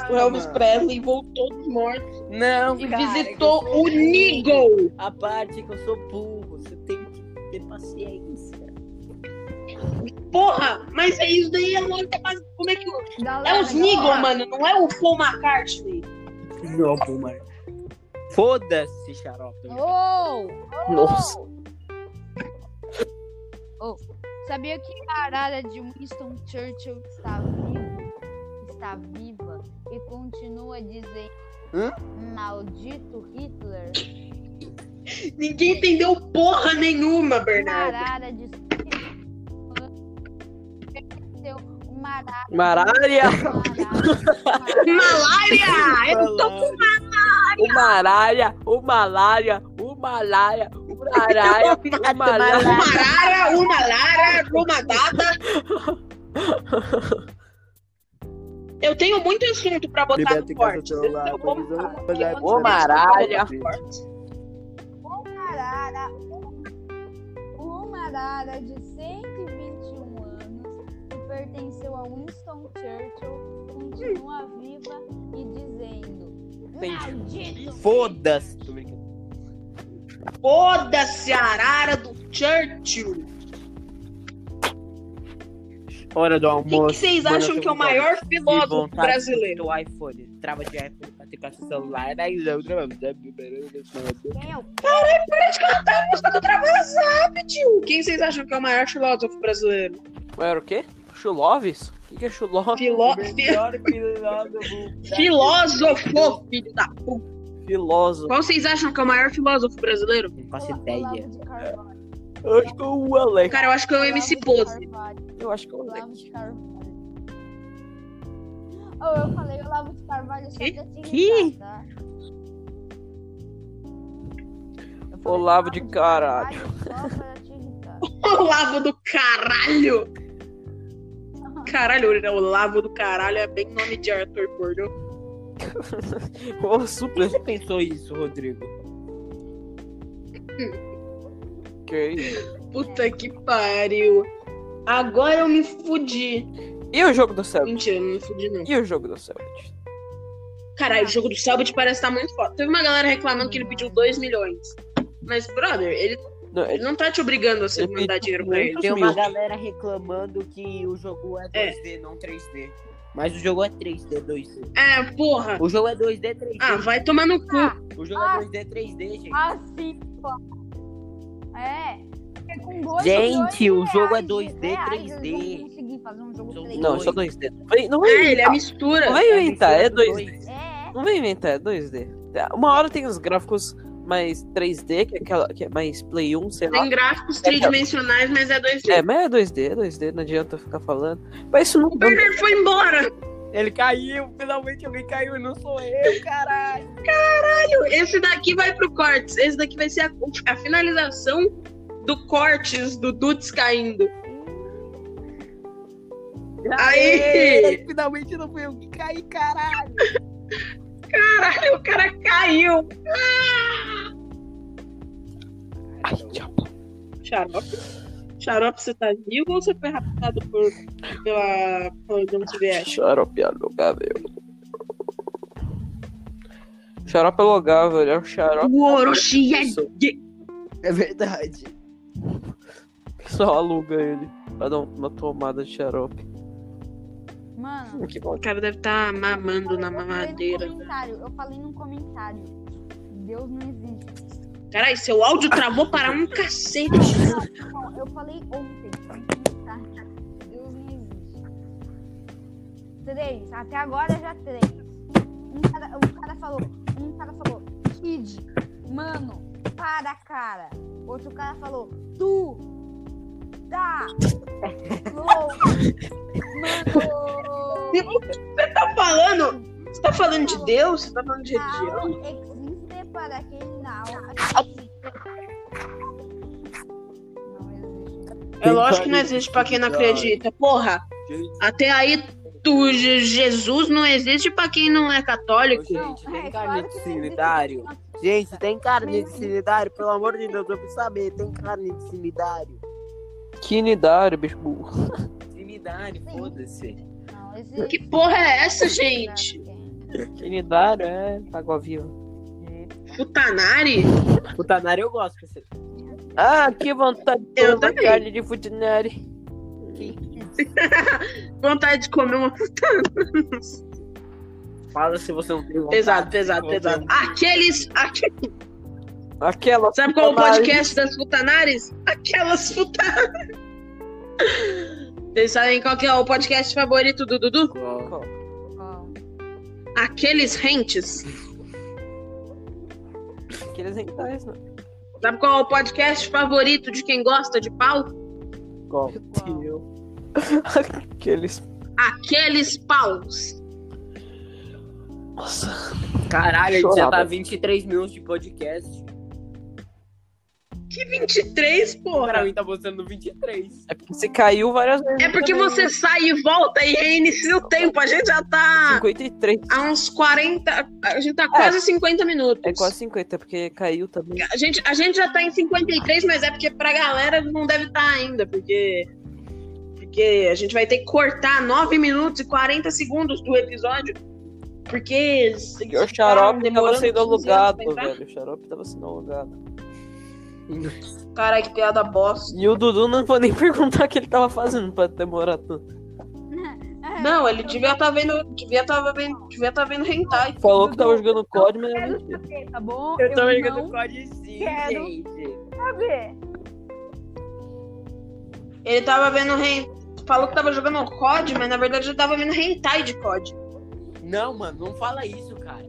S2: o Elvis
S4: mano.
S2: Presley voltou de morte
S4: Não,
S2: Ah, e
S4: cara,
S2: visitou
S4: é que eu sou
S2: o
S4: burro.
S2: Nigel.
S4: A parte é que eu sou burro, você tem que ter paciência.
S2: Porra, mas é isso daí, é lógico, mas como é que. o- É
S3: Galera,
S2: os Nigel,
S3: galera,
S2: mano, não é o Paul McCartney.
S4: Não, Boomer. Foda-se, xarope.
S3: Ô!
S1: Nossa.
S3: Sabia que a arara de Winston Churchill está vivo, está viva e continua dizendo
S4: Hã?
S3: maldito Hitler?
S2: Ninguém entendeu porra nenhuma,
S3: Uma
S2: Bernardo.
S3: arara de Pertenceu uma arara,
S1: Marária!
S3: uma arara, uma arara.
S2: Malária! Eu tô com
S1: O marária, o malária, o malária, o marária, o malária.
S2: Uma arara, uma lara, uma dada. Eu tenho muito assunto pra botar no corte. Eu vou botar, porque eu
S1: Ô,
S2: não sei se
S1: Maralha.
S2: eu vou botar no corte.
S3: uma arara, uma arara de 121 anos que pertenceu a Winston Churchill continua viva e dizendo maldito
S4: Foda-se. Tô brincando.
S2: Foda-se a arara do Churchill.
S4: Hora do
S2: Quem que
S4: almoço.
S2: vocês
S4: Mano, eu
S2: acham
S4: tô
S2: que é o
S4: com fome.
S2: maior
S4: Que
S2: filósofo
S4: vontade
S2: brasileiro?
S4: do iPhone. Trava de iPhone pra ter com o celular. É né? Aí outra.
S3: Quem é o
S2: Tá, música do Travasap, tio. Quem vocês acham que é o maior filósofo brasileiro?
S1: Era o quê? Chuloves? O que que é Chuloves?
S2: Filó... fi-
S4: Melhor filósofo.
S2: Filósofo, filho da puta.
S1: Filósofo.
S2: Qual vocês acham que é o maior filósofo brasileiro?
S4: Não
S3: Olavo
S4: faço ideia.
S3: de Carvalho?
S1: Eu acho que é o Alex.
S2: Cara, eu acho que é o
S3: Olavo
S2: MC
S3: de
S2: Pose.
S3: Carvalho,
S1: Eu acho que é o Alex.
S3: Olavo de Carvalho. Oh, eu falei Olavo de Carvalho só pra te
S4: Que?
S3: irritar, tá? Eu falei
S1: Olavo de Caralho.
S3: Carvalho só pra te irritar.
S2: Olavo do caralho! Caralho, olha, Olavo do caralho é bem nome de Arthur Porno.
S1: Ô,
S4: é
S1: super, você pensou isso, Rodrigo? que isso?
S2: Puta que pariu. Agora eu me fudi.
S1: E o jogo do Celtic?
S2: Mentira, eu não me fudi não.
S1: E o jogo do Celtic?
S2: Caralho, o jogo do Selbit parece estar muito foda. Teve uma galera reclamando que ele pediu 2 milhões. Mas, brother, ele,
S1: Não, é
S2: ele
S1: ele-
S2: não tá te obrigando a você
S1: Ele
S2: mandar
S1: pediu
S2: dinheiro pra ele.
S1: muito.
S4: Tem uma
S1: Sumiu.
S4: galera reclamando que o jogo é 2D, não 3D. Mas o jogo é 3D, 2D.
S2: É, porra.
S4: O jogo é 2D, 3D.
S2: Ah, vai tomar no cu.
S4: o jogo é
S3: ah.
S4: 2D, 3D, gente.
S3: Assim, pô. É. é com dois milhões de
S4: gente, o jogo é
S3: reais de
S4: 2D,
S3: reais, Eu
S4: 3D.
S3: consegui fazer um jogo
S4: São
S3: Play
S1: não, é só 2D. Não vem- Não vem
S2: É, ele é a
S1: inventar,
S2: mistura.
S1: não vem inventar, é
S4: mistura dos
S1: 2D.
S3: É, é.
S1: Não vem inventar, é 2D. Tá, Uma hora tem os gráficos mais 3D, que é, aquela, que é mais Play 1, sei lá.
S2: Tem gráficos
S1: então.
S2: tridimensionais, mas é 2D.
S1: É, mas é 2D, é 2D, não adianta eu ficar falando. Mas isso não
S2: O Burger foi embora.
S4: Ele caiu, finalmente alguém caiu, não sou eu, caralho.
S2: Caralho, esse daqui vai pro cortes. Esse daqui vai ser a, a finalização do cortes do Dudes caindo. Aí!
S4: Aê, Finalmente não foi eu que caí, caralho.
S2: Caralho, o cara caiu.
S1: Ah! Ai, tchau.
S2: Xarope. Xarope, você tá vivo ou você foi raptado por, pela, pela Soviética?
S1: Xarope alogável. Xarope alogável, ele é um xarope.
S2: O Orochi é
S1: Pessoa-
S2: gay.
S4: É verdade.
S1: Só aluga ele pra dar uma tomada de xarope.
S3: Mano.
S1: Que bom.
S2: O cara deve estar mamando na
S3: eu falei num
S2: mamadeira.
S3: comentário, Eu falei num comentário. Deus não existe.
S2: Caralho, seu áudio travou para um cacete.
S3: Não, eu falei ontem. tá, num comentário, Deus não existe. Três. Até agora já três. Um cara, um cara falou. Um cara falou. Kid, mano, para, cara. Outro cara falou. Tu. Tá. Louco. Mano.
S2: Tá falando? Você tá falando de Deus? Você tá falando de religião?
S3: Não existe para quem não acredita. Não existe.
S2: É lógico que não existe pra quem não acredita. Porra, até aí tu, Je- Jesus não existe pra quem não é católico.
S4: Gente,
S3: Não, é
S4: tem
S3: claro
S4: carne
S3: que
S4: de
S3: não
S4: silidário. Gente, tem carne de silidário, pelo amor de Deus, eu preciso saber. Tem carne de silidário.
S1: Quinidário, bicho burro.
S4: Silidário, foda-se.
S3: Não existe.
S2: Que porra é essa, gente?
S1: Quinidário é
S4: tá
S1: água viva.
S2: Futanari?
S4: Putanário eu gosto, parceiro.
S1: Ah, que vontade de
S2: Eu
S1: comer uma
S2: também.
S1: carne de futinari.
S2: Vontade de comer uma.
S4: Fala se você não tem vontade.
S2: Pesado, pesado, pesado. Aqueles. aque-
S1: Aquela.
S2: Sabe qual é o
S1: futanari.
S2: podcast das Futanares? Aquelas Futanares. Vocês sabem qual que é o podcast favorito do Dudu?
S4: Qual?
S2: Aqueles rentes.
S1: Aqueles rentais, né?
S2: Sabe qual é o podcast favorito de quem gosta de pau?
S4: Qual?
S1: Aqueles.
S2: Aqueles paus.
S1: Nossa.
S4: Caralho, a gente já
S1: Chorava.
S4: tá 23 minutos de podcast.
S2: Que 23, porra.
S4: Pra mim tá mostrando 23.
S1: É porque você caiu várias vezes.
S2: É porque
S1: também,
S2: você
S1: né?
S2: sai e volta e reinicia o tempo. A gente já tá
S1: 53.
S2: a uns 40. A gente tá quase 50 minutos.
S1: É quase 50, porque caiu também.
S2: A gente, a gente já tá em 53, mas é porque pra galera não deve estar ainda, porque. Porque a gente vai ter que cortar 9 minutos e 40 segundos do episódio. Porque.
S1: E o xarope tava
S2: demorando
S1: sendo
S2: 15 anos
S1: alugado,
S2: pra entrar.
S1: velho. O xarope tava sendo alugado.
S2: Caralho, que piada bosta.
S1: E o Dudu não vou nem perguntar o que ele tava fazendo pra demorar tanto.
S2: Não, ele devia estar vendo. Devia estar vendo. Devia estar vendo hentai.
S1: Falou que tá- tava jogando COD, mas é mentira.
S3: Quero tá bom?
S4: Eu tô
S3: não
S4: ligando código sim,
S3: quero.
S4: gente.
S3: saber.
S2: Ele tava vendo hentai. Falou que tava jogando COD, mas na verdade eu tava vendo hentai de COD.
S4: Não, mano, não fala isso, cara.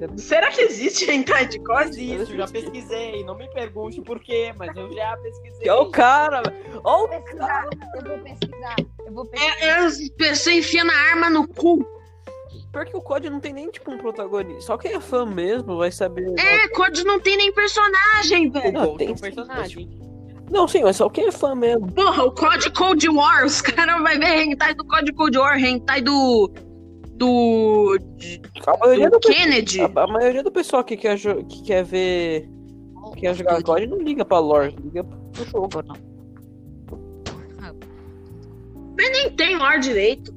S1: Cadê?
S2: Será que existe hentai de corte?
S4: Existe, eu já pesquisei. Não me pergunte por quê, mas eu já pesquisei.
S1: Olha o cara,
S3: Eu vou
S1: olha
S3: pesquisar. Eu vou pesquisar. Eu vou pesquisar.
S2: É, é as pessoas enfiando a arma no cu.
S1: o pior que o COD não tem nem tipo um protagonista. Só quem é fã mesmo vai saber.
S2: É, Code não tem nem personagem, velho.
S1: Não,
S4: Não, tem
S1: tem
S4: um personagem.
S1: Não, sim, mas só quem é fã mesmo.
S2: Porra, o COD Cold War, os caras vão ver hentai do COD Cold War, hentai do. do.
S1: A maioria
S2: do
S1: do, pe-
S2: Kennedy.
S1: a, a maioria do pessoal que quer, jo- que quer ver. Que quer jogar COD não liga pra lore, liga pro jogo.
S2: Nem tem lore direito.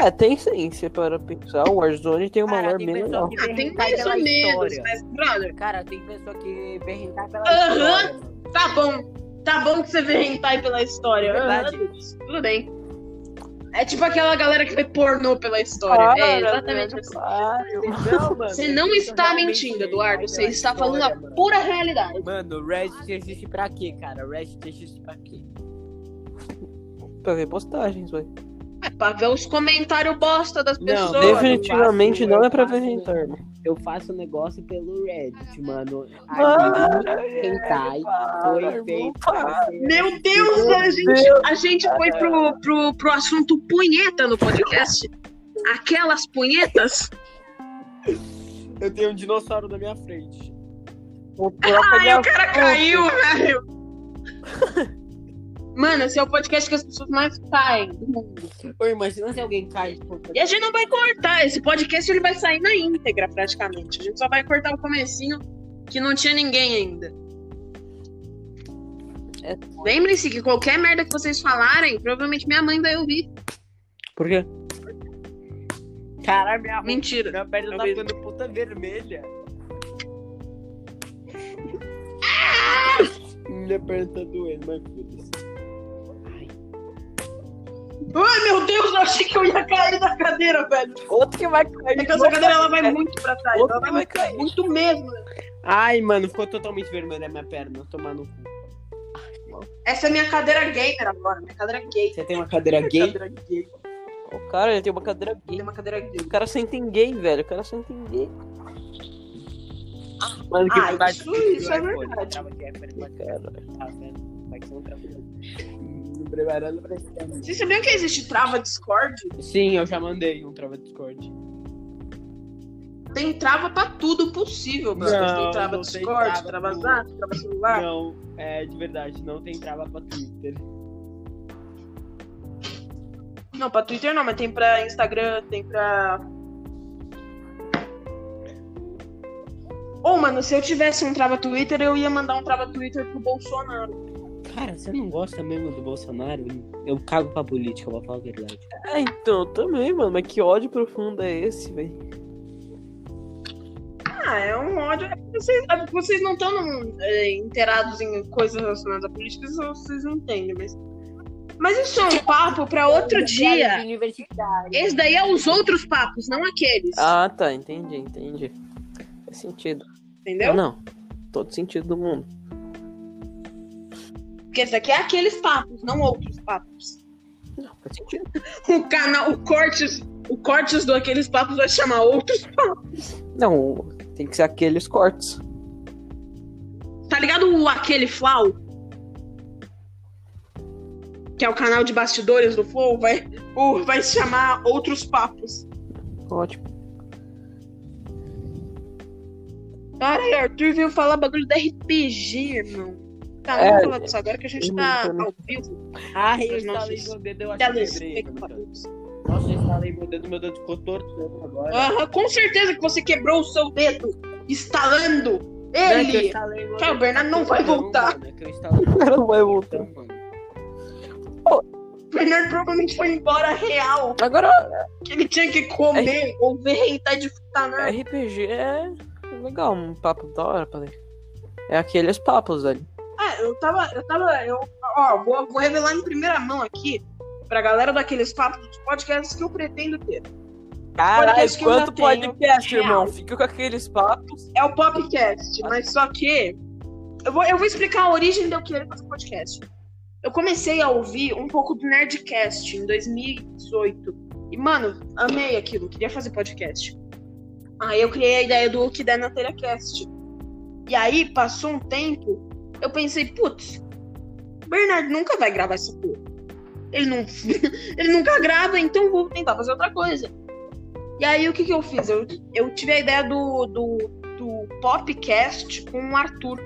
S1: É, tem sim, se para pensar, o Warzone tem um uma
S4: Cara,
S1: lore
S4: tem
S1: bem
S4: pessoal
S1: legal.
S4: que
S2: Ah,
S4: vê
S2: tem
S4: hentai
S2: mais
S4: pela
S2: ou menos, né?
S4: história.
S2: mas, brother,
S4: Cara, tem pessoa que vê hentai pela
S2: Aham.
S4: história.
S2: tá bom. Tá bom que você vê hentai pela história.
S4: Verdade.
S2: Ah, tudo bem. É tipo aquela galera que vê pornô pela história. é exatamente
S1: tipo,
S2: assim.
S1: claro.
S4: Não, mano,
S2: Você não
S4: isso
S2: está
S4: realmente
S2: mentindo,
S4: é
S2: Eduardo. Você
S4: pela
S2: está
S4: história,
S2: falando a
S4: mano.
S2: pura realidade.
S4: Mano, Reddit existe pra quê, cara? Reddit existe pra quê?
S1: Pra ver postagens, vai.
S2: É pra ver os comentários bosta das pessoas.
S1: Definitivamente
S4: eu
S1: não
S4: faço,
S1: é pra
S4: eu
S1: ver
S4: faço.
S1: hentai, mano.
S4: Eu faço negócio pelo Reddit, mano.
S1: Mano,
S4: Aí, hentai
S1: para,
S4: foi feito pra ser
S2: Meu Deus,
S1: Meu
S2: a gente, a gente foi pro, pro, pro assunto punheta no podcast. Aquelas punhetas.
S4: Eu tenho um dinossauro na minha frente. Ah,
S1: O próprio
S2: Aí
S1: minha
S2: o cara
S1: foto.
S2: caiu, velho. Mano, esse é o podcast que as pessoas mais caem. do mundo.
S4: Ô, imagina se alguém cai por
S2: E a gente não vai cortar. Esse podcast ele vai sair na íntegra, praticamente. A gente só vai cortar o comecinho que não tinha ninguém ainda.
S1: É.
S2: Lembrem-se que qualquer merda que vocês falarem, provavelmente minha mãe vai ouvir.
S1: Por quê?
S4: Caralho, minha,
S2: Mentira.
S4: minha perna tá
S2: Talvez.
S4: ficando puta vermelha. Minha perna tá doendo, mas foda-se.
S2: Ai, meu Deus, eu achei que eu ia cair da cadeira, velho.
S1: Outro que vai cair.
S2: É que essa cadeira ela vai
S1: Outro
S2: muito pra trás.
S1: Outro
S2: Ela vai
S1: vai
S2: muito,
S1: cair.
S2: muito mesmo.
S4: Ai, mano, ficou totalmente vermelha a minha perna. Tomar no cu.
S2: Essa é minha cadeira gamer agora. Minha cadeira gay.
S4: Você tem uma cadeira gay?
S2: Cadeira gay.
S1: O cara ele tem uma cadeira
S2: Tem
S1: gay.
S2: uma cadeira gay.
S1: O cara sentem gay, velho. O cara sentem gay. Mano, que
S2: Ah,
S1: vontade
S2: isso,
S1: de-
S2: isso é
S4: iPhone,
S2: verdade.
S4: trava aqui, iPhone, pode
S1: Cara,
S4: tá vendo? Vai que você não trava. Hum, preparando pra esse tema.
S2: Vocês sabiam que existe trava Discord?
S4: Sim, eu já mandei um trava Discord.
S2: Tem trava pra tudo possível, mano.
S4: Não,
S2: tem trava
S4: não tem
S2: Discord,
S4: trava
S2: trava
S4: pro-
S2: Zap, trava celular.
S4: Não, é de verdade, não tem trava pra Twitter.
S2: Não. pra Twitter não, mas tem pra Instagram, tem pra. Ô, mano, se eu tivesse um trava Twitter, eu ia mandar um trava Twitter pro Bolsonaro.
S4: Cara, você não gosta mesmo do Bolsonaro? Eu cago pra política, vou falar a verdade.
S1: É, então, também, mano. Mas que ódio profundo é esse, velho?
S2: Ah, é um ódio. Vocês, ah, vocês não estão é, inteirados em coisas relacionadas à política, isso vocês não entendem, mas. Mas isso é um papo pra outro dia. Esse daí é os outros papos, não aqueles.
S1: Ah, tá. Entendi, entendi. Faz sentido.
S2: entendeu?
S1: Não. Todo sentido do mundo.
S2: Porque esse daqui é aqueles papos, não outros papos.
S1: Não, faz sentido.
S2: O canal, o cortes, o cortes do aqueles papos vai chamar outros.
S1: Não, tem que ser aqueles cortes.
S2: Tá ligado o aquele Flau? Que é o canal de bastidores do Flow, vai, o- vai se chamar Outros Papos.
S1: Ótimo.
S2: Caralho, é, Arthur veio falar bagulho da RPG, irmão. Tá,
S1: É,
S2: vamos falar disso agora que a gente
S1: eu
S2: tá
S1: nunca, né?
S2: ao vivo.
S4: Ah, eu
S2: Nossa,
S4: instalei
S2: isso.
S4: meu dedo, eu acho que eu
S2: Teles,
S4: quebrei.
S2: tá?
S4: mano. Nossa, eu instalei meu dedo, meu dedo ficou torto agora.
S2: Aham, com certeza que você quebrou o seu dedo instalando
S4: Não é que eu
S2: ele.
S4: instalei meu
S2: Tchau,
S4: dedo
S2: Bernardo, não vai
S4: tortão,
S2: voltar.
S4: mano, é que eu instalei
S1: O cara não vai
S4: então,
S1: voltar.
S4: mano.
S2: O Bernardo provavelmente foi embora real.
S1: Agora,
S2: Que ele tinha que comer ou ver hentai de futaná.
S1: RPG é legal, um papo da hora, peraí. É aqueles papos, velho.
S2: Ah, eu tava. Eu tava. Eu, ó, vou, vou revelar em primeira mão aqui pra galera daqueles papos dos podcasts que eu pretendo ter.
S1: Caralho,
S2: Podcast que eu já
S1: quanto
S2: tenho.
S1: podcast,
S2: Real.
S1: irmão. Fica com aqueles papos.
S2: É o podcast, mas só que. Eu vou, eu vou explicar a origem de eu querer fazer podcast. Eu comecei a ouvir um pouco do Nerdcast em 2018. E, mano, amei aquilo, queria fazer podcast. Aí eu criei a ideia do que der na TelhaCast. E aí, passou um tempo, eu pensei, putz, o Bernardo nunca vai gravar essa porra. Ele, não, ele nunca grava, então vou tentar fazer outra coisa. E aí, o que, que eu fiz? Eu, eu tive a ideia do, do, do podcast com o Arthur.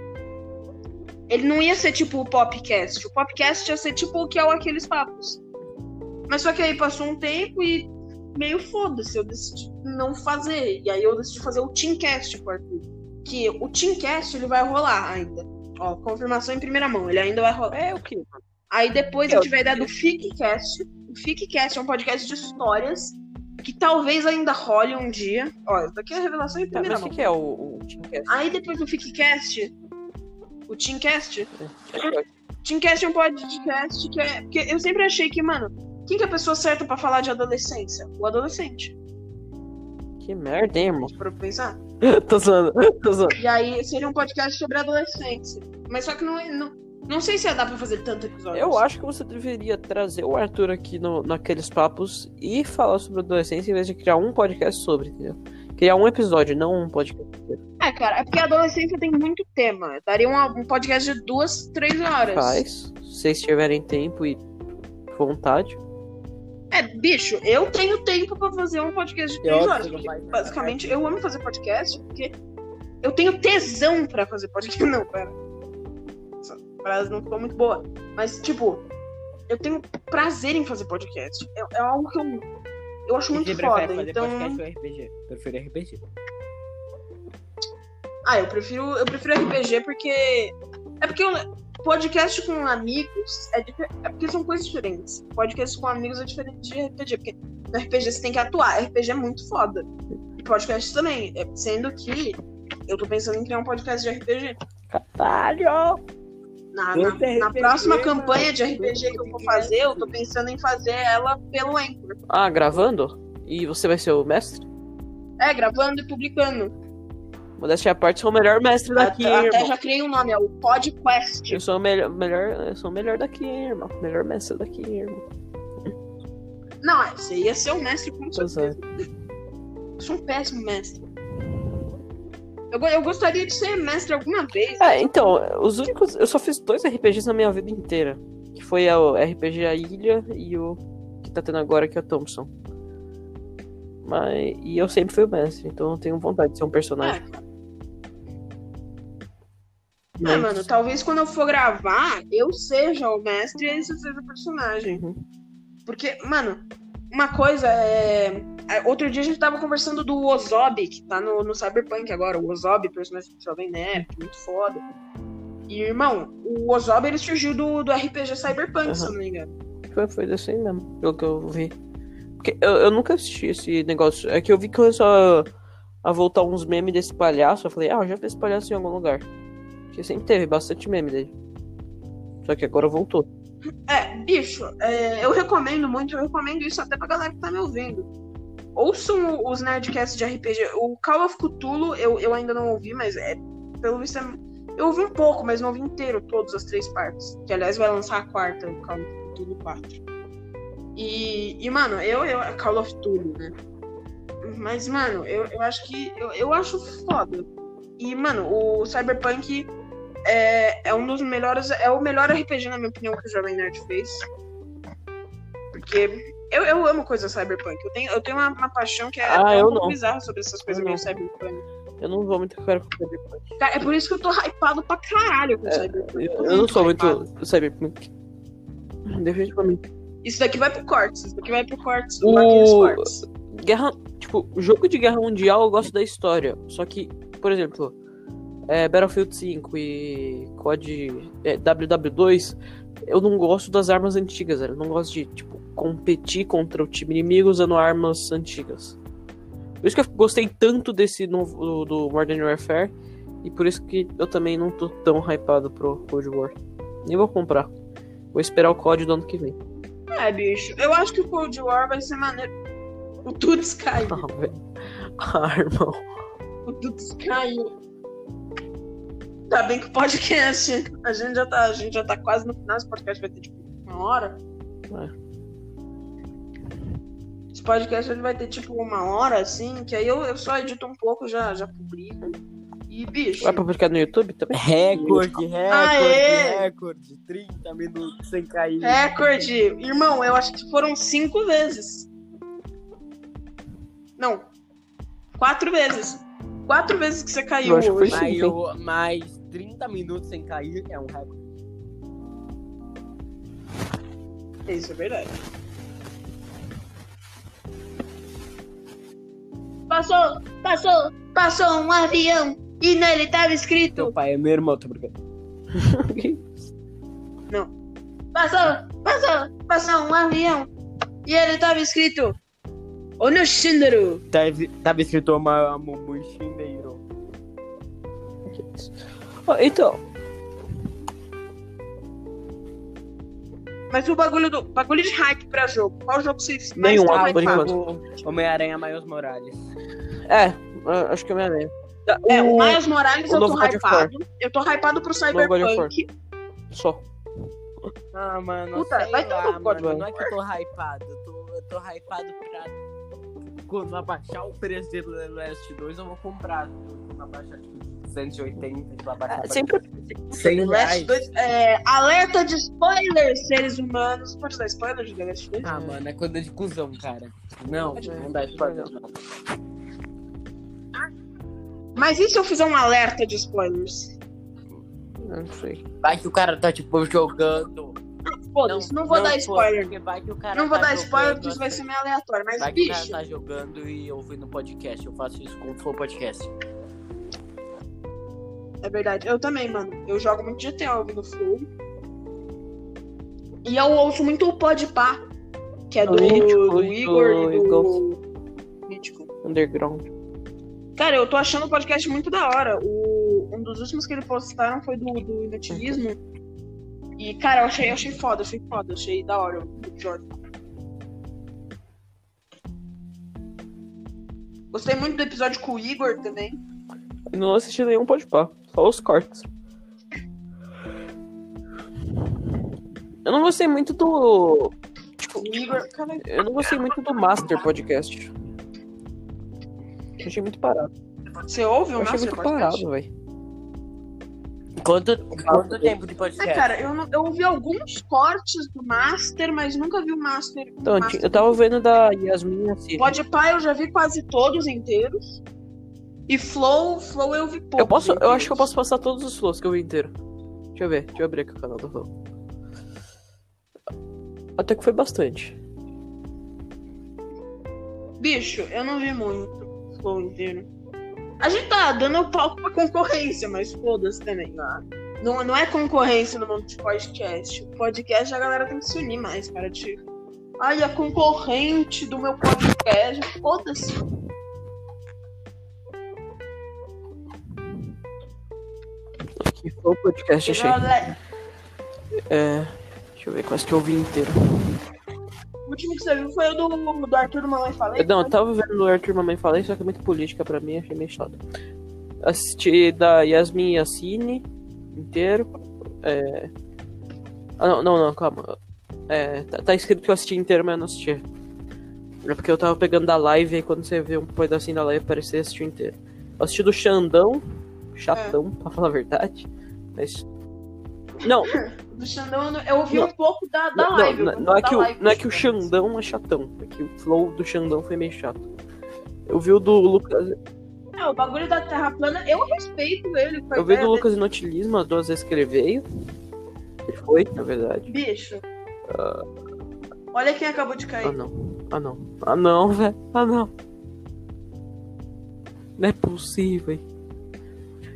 S2: Ele não ia ser tipo o podcast. O podcast ia ser tipo o que é o Aqueles Papos. Mas só que aí passou um tempo e meio foda-se, eu decidi não fazer. E aí eu decidi fazer o Teamcast com o Arthur. Que o Teamcast ele vai rolar ainda. Ó, confirmação em primeira mão, ele ainda vai rolar.
S1: É o que?
S2: Aí depois
S1: Eu-
S2: eu tive a ideia do FICCast. O FICCast é um podcast de histórias que talvez ainda role um dia. Ó, isso daqui é a revelação em
S1: Tá,
S2: primeira
S1: mas o
S2: mão.
S1: que, que é o, o Teamcast?
S2: Aí depois do FICCast, o Teamcast,
S1: Acho que
S2: Teamcast é um podcast que é. Porque eu sempre achei que, mano, quem que é a pessoa certa pra falar de adolescência? O adolescente.
S1: é- Que merda, hein, irmão?
S2: Pra eu pensar.
S1: Tô zoando, tô zoando.
S2: E aí seria um podcast sobre adolescência. Mas só que não é- Não, não sei se ia dar pra fazer tanto episódio. assim.
S1: Eu acho que você deveria trazer o Arthur aqui no, naqueles papos e falar sobre adolescência em vez de criar um podcast sobre, entendeu? Criar um episódio, não um podcast.
S2: É, cara, é porque a adolescência tem muito tema. Daria uma- um podcast de duas, três horas.
S1: Faz, se vocês tiverem tempo e vontade.
S2: É, bicho, eu tenho tempo pra fazer um podcast de
S4: É
S2: três
S4: óbvio
S2: horas.
S4: que não
S2: porque,
S4: vai, né?
S2: basicamente, eu amo fazer podcast porque eu tenho tesão pra fazer podcast. Não, pera. Essa frase não ficou muito boa. Mas, tipo, eu tenho prazer em fazer podcast. É, é algo que eu, eu acho é muito
S4: Você
S2: foda.
S4: prefere fazer
S2: Então.
S4: podcast ou RPG? Prefiro RPG.
S2: Ah, eu prefiro, eu prefiro RPG porque. É porque eu- podcast com amigos é, difer- é porque são coisas diferentes. Podcast com amigos é diferente de RPG, porque no RPG você tem que atuar. RPG é muito foda. E podcast também. é- Sendo que eu tô pensando em criar um podcast de RPG.
S1: Caralho!
S2: Na, Ah, na,
S4: Puta
S2: na
S4: RPG,
S2: próxima
S4: mano.
S2: campanha de RPG que eu vou fazer, eu tô pensando em fazer ela pelo Anchor.
S1: Ah, gravando? E você vai ser o mestre?
S2: É, gravando e publicando.
S1: Modéstia à parte, sou o melhor mestre daqui,
S2: até, até
S1: irmão.
S2: já criei um nome, é o Podcast.
S1: Eu sou o melhor, melhor, eu sou o melhor daqui, hein, irmão. Melhor mestre daqui, hein, irmão.
S2: Não, é, você ia ser o mestre com
S1: Tô
S2: certeza.
S1: zoando.
S2: Eu sou um péssimo mestre. Eu, go- eu gostaria de ser mestre alguma vez. né,
S1: É, então, os únicos. Eu só fiz dois RPGs na minha vida inteira. Que foi a- o RPG A Ilha e o que tá tendo agora, que é o Thompson. Mas. E eu sempre fui o mestre, então eu tenho vontade de ser um personagem.
S2: Ah, mano, talvez quando eu for gravar, eu seja o mestre e aí você seja o personagem.
S1: Uhum.
S2: Porque, mano, uma coisa é. é, Outro dia a gente tava conversando do Ozob, que tá no, no Cyberpunk agora. O Ozob, personagem do Jovem Nerd, muito foda. E, irmão, o Ozob ele surgiu do, do RPG Cyberpunk,
S1: Aham.
S2: se eu não me engano.
S1: Foi, foi desse aí mesmo, pelo que eu vi. Porque eu, eu nunca assisti esse negócio. É que eu vi que começou a, a voltar uns memes desse palhaço. Eu falei, ah, eu já vi esse palhaço em algum lugar. Porque sempre teve bastante meme dele. Só que agora voltou.
S2: É, bicho, é, eu recomendo muito, eu recomendo isso até pra galera que tá me ouvindo. Ouçam o- os Nerdcasts de RPG. O Call of Cthulhu eu, eu ainda não ouvi, mas é, pelo visto é, eu ouvi um pouco, mas não ouvi inteiro todas as três partes. Que aliás vai lançar a quarta, o Call of Cthulhu 4. E, e mano, eu, eu. Call of Cthulhu, né? Mas, mano, eu, eu acho que. Eu, eu acho foda. E, mano, o Cyberpunk é, é um dos melhores. É o melhor RPG, na minha opinião, que o Jovem Nerd fez. Porque eu, eu amo coisa cyberpunk. Eu tenho, eu tenho uma, uma paixão que é
S1: Ah,
S2: é um
S1: eu
S2: pouco
S1: não.
S2: bizarra sobre essas coisas
S1: Eu
S2: meio
S1: não.
S2: cyberpunk.
S1: Eu não vou muito cara com Cyberpunk.
S2: Cara, é por isso que eu tô hypado pra caralho com
S1: É,
S2: cyberpunk.
S1: Eu,
S2: tô
S1: eu não sou
S2: hypado.
S1: muito Cyberpunk. Definitivamente.
S2: Isso daqui vai pro cortes. Isso daqui vai pro cortes.
S1: O-
S2: O... Aqueles cortes.
S1: Guerra. Tipo, jogo de guerra mundial eu gosto da história. Só que, por exemplo, é, Battlefield 5 e COD é, WW2, eu não gosto das armas antigas, velho. Eu não gosto de, tipo, competir contra o time inimigo usando armas antigas. Por isso que eu gostei tanto desse novo do Modern Warfare. E por isso que eu também não tô tão hypado pro Cold War. Nem vou comprar. Vou esperar o COD do ano que vem.
S2: É, bicho. Eu acho que o Cold War vai ser maneiro. O Tuts caiu.
S1: Ah, velho. Ah, irmão.
S2: O Tuts caiu. Tá bem que o podcast. A gente já tá, a gente já tá quase no final. Esse podcast vai ter tipo uma hora.
S1: É.
S2: Esse podcast ele vai ter tipo uma hora, assim, que aí eu, eu só edito um pouco, já, já publico. E, bicho,
S1: Vai publicar no YouTube também?
S4: Recorde, recorde,
S2: Aê! É.
S4: recorde. 30 minutos sem cair.
S2: recorde. Irmão, eu acho que foram cinco vezes. Não. Quatro vezes. Quatro vezes que você caiu
S1: Eu acho que foi
S2: hoje.
S1: cinco.
S4: Mas, eu, mas 30 minutos sem cair é um recorde.
S2: Isso é verdade. Passou, passou, passou um avião e nele tava escrito.
S4: Teu pai é meu irmão, tô brincando.
S2: Passou, passou, passou um avião e ele tava escrito. Onoshindaru.
S4: Tava, tava escrito uma Mumu Shindeiro.
S1: Ó, Então,
S2: Mas o bagulho do bagulho de hype pra jogo. Qual jogo vocês mais
S1: Nenhum,
S2: estão
S1: ah, por
S2: hypados?
S4: enquanto. tipo Homem-Aranha Miles Morales.
S1: é, eu acho que eu me lembro. Tá,
S2: É, o
S1: o-
S2: Miles Morales
S1: o
S2: eu tô
S1: novo God of War.
S2: hypado. Eu tô hypado pro
S1: Novo God of War.
S2: Cyberpunk.
S1: Só.
S4: Ah, mano,
S2: Puta,
S4: sei
S2: vai ter
S4: lá,
S2: um
S1: God
S4: mano.
S1: of
S4: Não é que eu tô hypado. Eu tô, eu tô hypado pra... Quando abaixar o preço de The Last 2, eu vou comprar. Quando abaixar, tipo, 280, quando tipo, abaixar...
S1: É, sempre-
S2: The
S4: 100
S2: Last
S4: reais.
S2: 2. É, alerta de spoilers, seres humanos. Pode dar spoiler de The Last 2?
S4: Ah, mano, é coisa de cuzão, cara. Não, não dá spoiler, não.
S2: Mas e se eu fizer um alerta de spoilers?
S1: Eu Não sei.
S4: Vai que o cara tá, tipo, jogando.
S2: Foda-se, não, vou dar
S4: pô,
S2: spoiler.
S4: porque Vai que o cara
S2: Não vou
S4: tá
S2: dar spoiler
S4: jogando,
S2: porque isso vai
S4: assim.
S2: ser meio aleatório. Mas,
S4: Vai que o cara
S2: bicho,
S4: tá jogando e ouvindo podcast. Eu faço isso com o Flow Podcast.
S2: é verdade. Eu também, mano. Eu jogo muito GTA ouvindo Flow. E eu ouço muito o Podpah, que é do,
S1: Do Mítico
S2: do
S1: e do
S2: Igor e do... Mítico.
S1: Underground.
S2: Cara, eu tô achando o podcast muito da hora. O, um dos últimos que ele postaram foi do, do inutilismo. E, cara, eu achei, eu achei foda, achei foda, achei da hora o episódio. Gostei muito do episódio com o Igor também.
S1: Eu Não assisti nenhum pode pá. Só os cortes. Eu não gostei muito do.
S2: Tipo, O Igor. Caralho,
S1: Eu não gostei muito do Master Podcast. Eu achei muito parado.
S2: você ouve
S1: Eu
S2: o
S1: achei
S2: Então, Master
S1: muito
S2: Podcast?
S1: parado, velho.
S4: Quanto, quanto tempo de
S2: É,
S4: podcast?
S2: cara, eu, não- eu ouvi alguns cortes do Master, mas nunca vi o Master. o
S1: Então, eu ti-
S2: Master.
S1: eu tava vendo da Yasmin assim.
S2: Pode pá, eu já vi quase todos inteiros. E Flow, Flow eu vi pouco.
S1: Eu posso. Eu acho que eu posso passar todos os flows que eu vi inteiro. Deixa eu ver. Deixa eu abrir aqui o canal do flow. Até que foi bastante.
S2: Bicho, eu não vi muito Flow inteiro. A gente tá dando palco pra concorrência, mas foda-se também. Né? Não, não é concorrência no mundo de podcast. O podcast a galera tem que se unir mais para de. Ai, a concorrente do meu podcast. Foda-se.
S1: Que foi o podcast, achei.
S2: Galera,
S1: É. Deixa eu ver quase que eu vi inteiro.
S2: O último que você viu foi o do, do Arthur Mamãe Falei.
S1: Não, eu tava vendo o Arthur Mamãe Falei, só que é muito política pra mim, achei meio chato. Assisti da Yasmin Yassine inteiro. É... Ah, não, não, não, calma. É, tá, tá escrito que eu assisti inteiro, mas eu não assisti. É porque eu tava pegando da live, aí quando você vê um pedacinho da live aparecer, assisti inteiro. Eu assisti do Xandão, chatão, pra falar a verdade. Mas. Não,
S2: Do Xandão, eu não- eu ouvi
S1: Não.
S2: um pouco da, da
S1: não,
S2: live. eu
S1: não,
S2: ouvi
S1: não é
S2: da
S1: que o,
S2: live
S1: não é
S2: do
S1: que o
S2: Xandão.
S1: Xandão é chatão, é que o flow do Xandão foi meio chato. Eu vi o do Lucas.
S2: É, o bagulho da Terra plana, eu respeito ele. foi
S1: Eu vi
S2: ideia
S1: do Lucas Inutilismo as duas vezes que ele veio. Ele foi, na verdade.
S2: Bicho. Olha quem acabou de cair.
S1: Ah não. Ah não. Ah não, velho. Ah não. Não é possível. hein?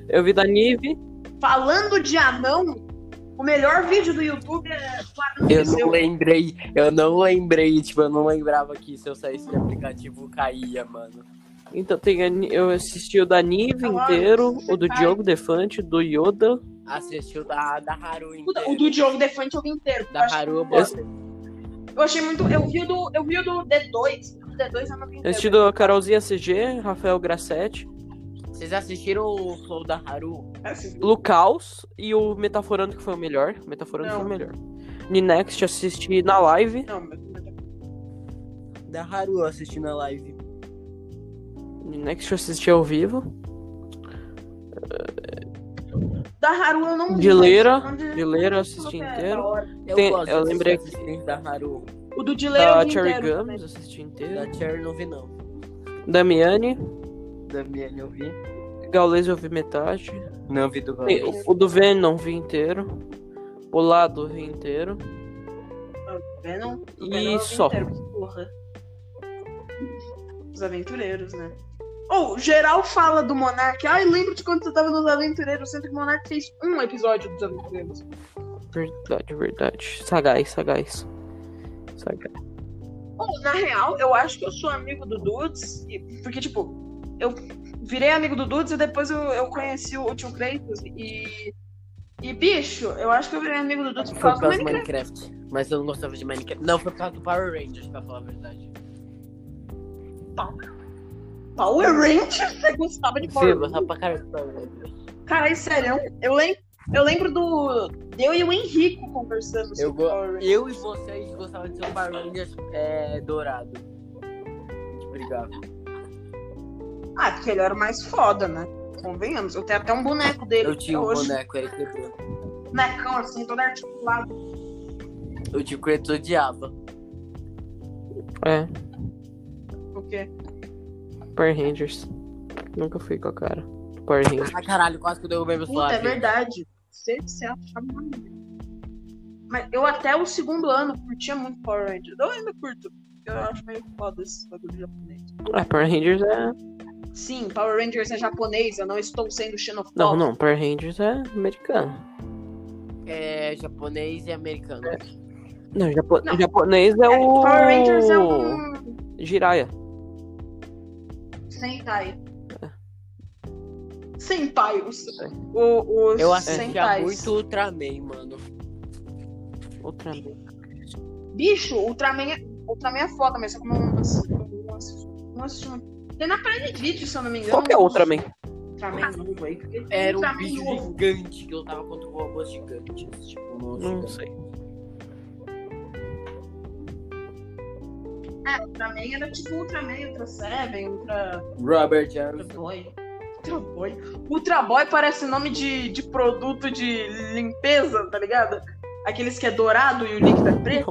S1: Eu vi da Nive.
S2: Falando de anão, o melhor vídeo do YouTube é do anão
S4: Eu
S2: que
S4: não
S2: seu-
S4: lembrei, eu não lembrei, tipo, eu não lembrava que se eu saísse de aplicativo caía, mano.
S1: Então tem a Ni- eu assisti o da Nive
S2: Ah,
S1: inteiro,
S2: você
S1: o do
S2: vai.
S1: Diogo Defante, do Yoda.
S4: Assistiu da, da Haru
S2: Puta, O
S4: inteiro.
S2: do Diogo Defante eu vi inteiro. Eu
S4: Da
S2: achei-
S4: Haru eu gostei.
S2: Eu achei muito. Eu vi o do, eu vi o do D2. O D2 eu não vi
S1: Eu
S2: inteiro.
S1: assisti do Carolzinha CG, Rafael Grassetti,
S4: Vocês assistiram o Flow da Haru?
S2: É assim,
S1: Lucaus e o Metaforando, que foi o melhor. O Metaforando
S2: Não.
S1: foi o melhor. Ninext assisti na live.
S2: Não, mas-
S4: da Haru assistindo a live.
S1: Next eu assisti ao vivo.
S2: Da Haru eu não vi,
S1: De Leira,
S2: mas-
S1: de Leira eu assisti
S2: É,
S1: inteiro.
S2: da hora.
S4: Eu
S1: Tem-
S4: gosto
S1: eu
S4: dos
S1: lembrei
S4: assistentes da Haru.
S2: O né? do de Leira eu
S1: Da
S2: vi
S1: Cherry
S2: inteiro.
S1: Gums, assisti inteiro.
S4: Da Cherry não vi, não.
S1: Da Miane,
S4: Da Miane eu vi.
S1: Gaules eu vi metade.
S4: Não vi do
S1: E o- O do Venom vi inteiro. O lado vi inteiro.
S2: Venom. Do
S1: E
S2: Venom eu vi
S1: só.
S2: inteiro, porra. Os aventureiros, né? Ou, geral fala do Monark. Ai, lembro de quando você tava nos aventureiros, sendo que o Monark fez um episódio dos aventureiros.
S1: Verdade, verdade. Sagaz, sagaz. Sagaz.
S2: Ou, na real, eu acho que eu sou amigo do Dudes, e- porque, tipo, eu virei amigo do Dudes e depois eu, eu conheci o tio Kratos e. E, bicho, eu acho que eu virei amigo do Dudes por
S4: Foi por causa
S2: causa do
S4: do
S2: Minecraft.
S4: Minecraft. Mas eu não gostava de Minecraft. Não, foi por causa do Power Rangers, pra falar a verdade.
S2: Power Rangers? Você gostava de
S4: Sim,
S2: Power
S4: eu
S2: Rangers?
S4: gostava pra caralho do Power Rangers.
S2: Caralho, é sério, um, eu, lem eu lembro do. Eu e o Henrico conversando
S4: Eu,
S2: sobre
S4: go-
S2: Power Rangers.
S4: eu e vocês gostavam de ser um Power Rangers é, dourado. Obrigado.
S2: Ah, porque ele era o mais foda, né? Convenhamos. Eu tenho até um boneco dele.
S4: Eu tinha um
S2: hoje,
S4: boneco, ele quebrou.
S2: bonecão, assim, todo articulado.
S4: Eu tinha um o Kratos odiava.
S1: É,
S2: O quê?
S1: Power Rangers. Nunca fui com a cara. do Power Rangers.
S4: Ah, caralho, quase que eu derrubei meu celular.
S2: Puta, é
S4: gente.
S2: verdade. Você, você achava uma merda. Mas eu até o segundo ano curtia muito Power Rangers. Eu ainda curto. Eu acho meio foda esse bagulho japonês.
S1: Ah, Power Rangers é.
S2: Sim, Power Rangers é japonês, eu não estou sendo xenofóbico.
S1: Não, não, Power Rangers é americano.
S4: É japonês e americano.
S2: É.
S1: Não, japo...
S2: Não.
S1: japonês é
S2: É,
S1: o.
S2: Power Rangers é
S4: Oh!
S2: um
S1: Jiraya.
S2: Sentai.
S1: É.
S2: Sentai, o, o, o
S4: Eu assistia
S2: Sentais.
S4: muito Ultraman, mano.
S1: Outra.
S2: Bicho, Ultraman é, Ultraman é foda, mas eu não assisti. Não assisti, não assisti muito. Tem na Prime Video, se eu não me engano.
S1: Qual que é outra man?
S2: Ultraman novo aí. porque tem
S4: Era um
S2: Ultraman
S4: bicho
S2: novo.
S4: gigante que lutava contra um robô gigante. Tipo, um robô
S1: Não
S4: gigante.
S1: sei.
S2: É, Ultraman era tipo Ultraman, Ultra Seven, Ultra
S4: Robert Harrison.
S2: Boy. Ultra Boy. Ultra Boy parece nome de, de produto de limpeza, tá ligado? Aqueles que é dourado e o líquido é preto.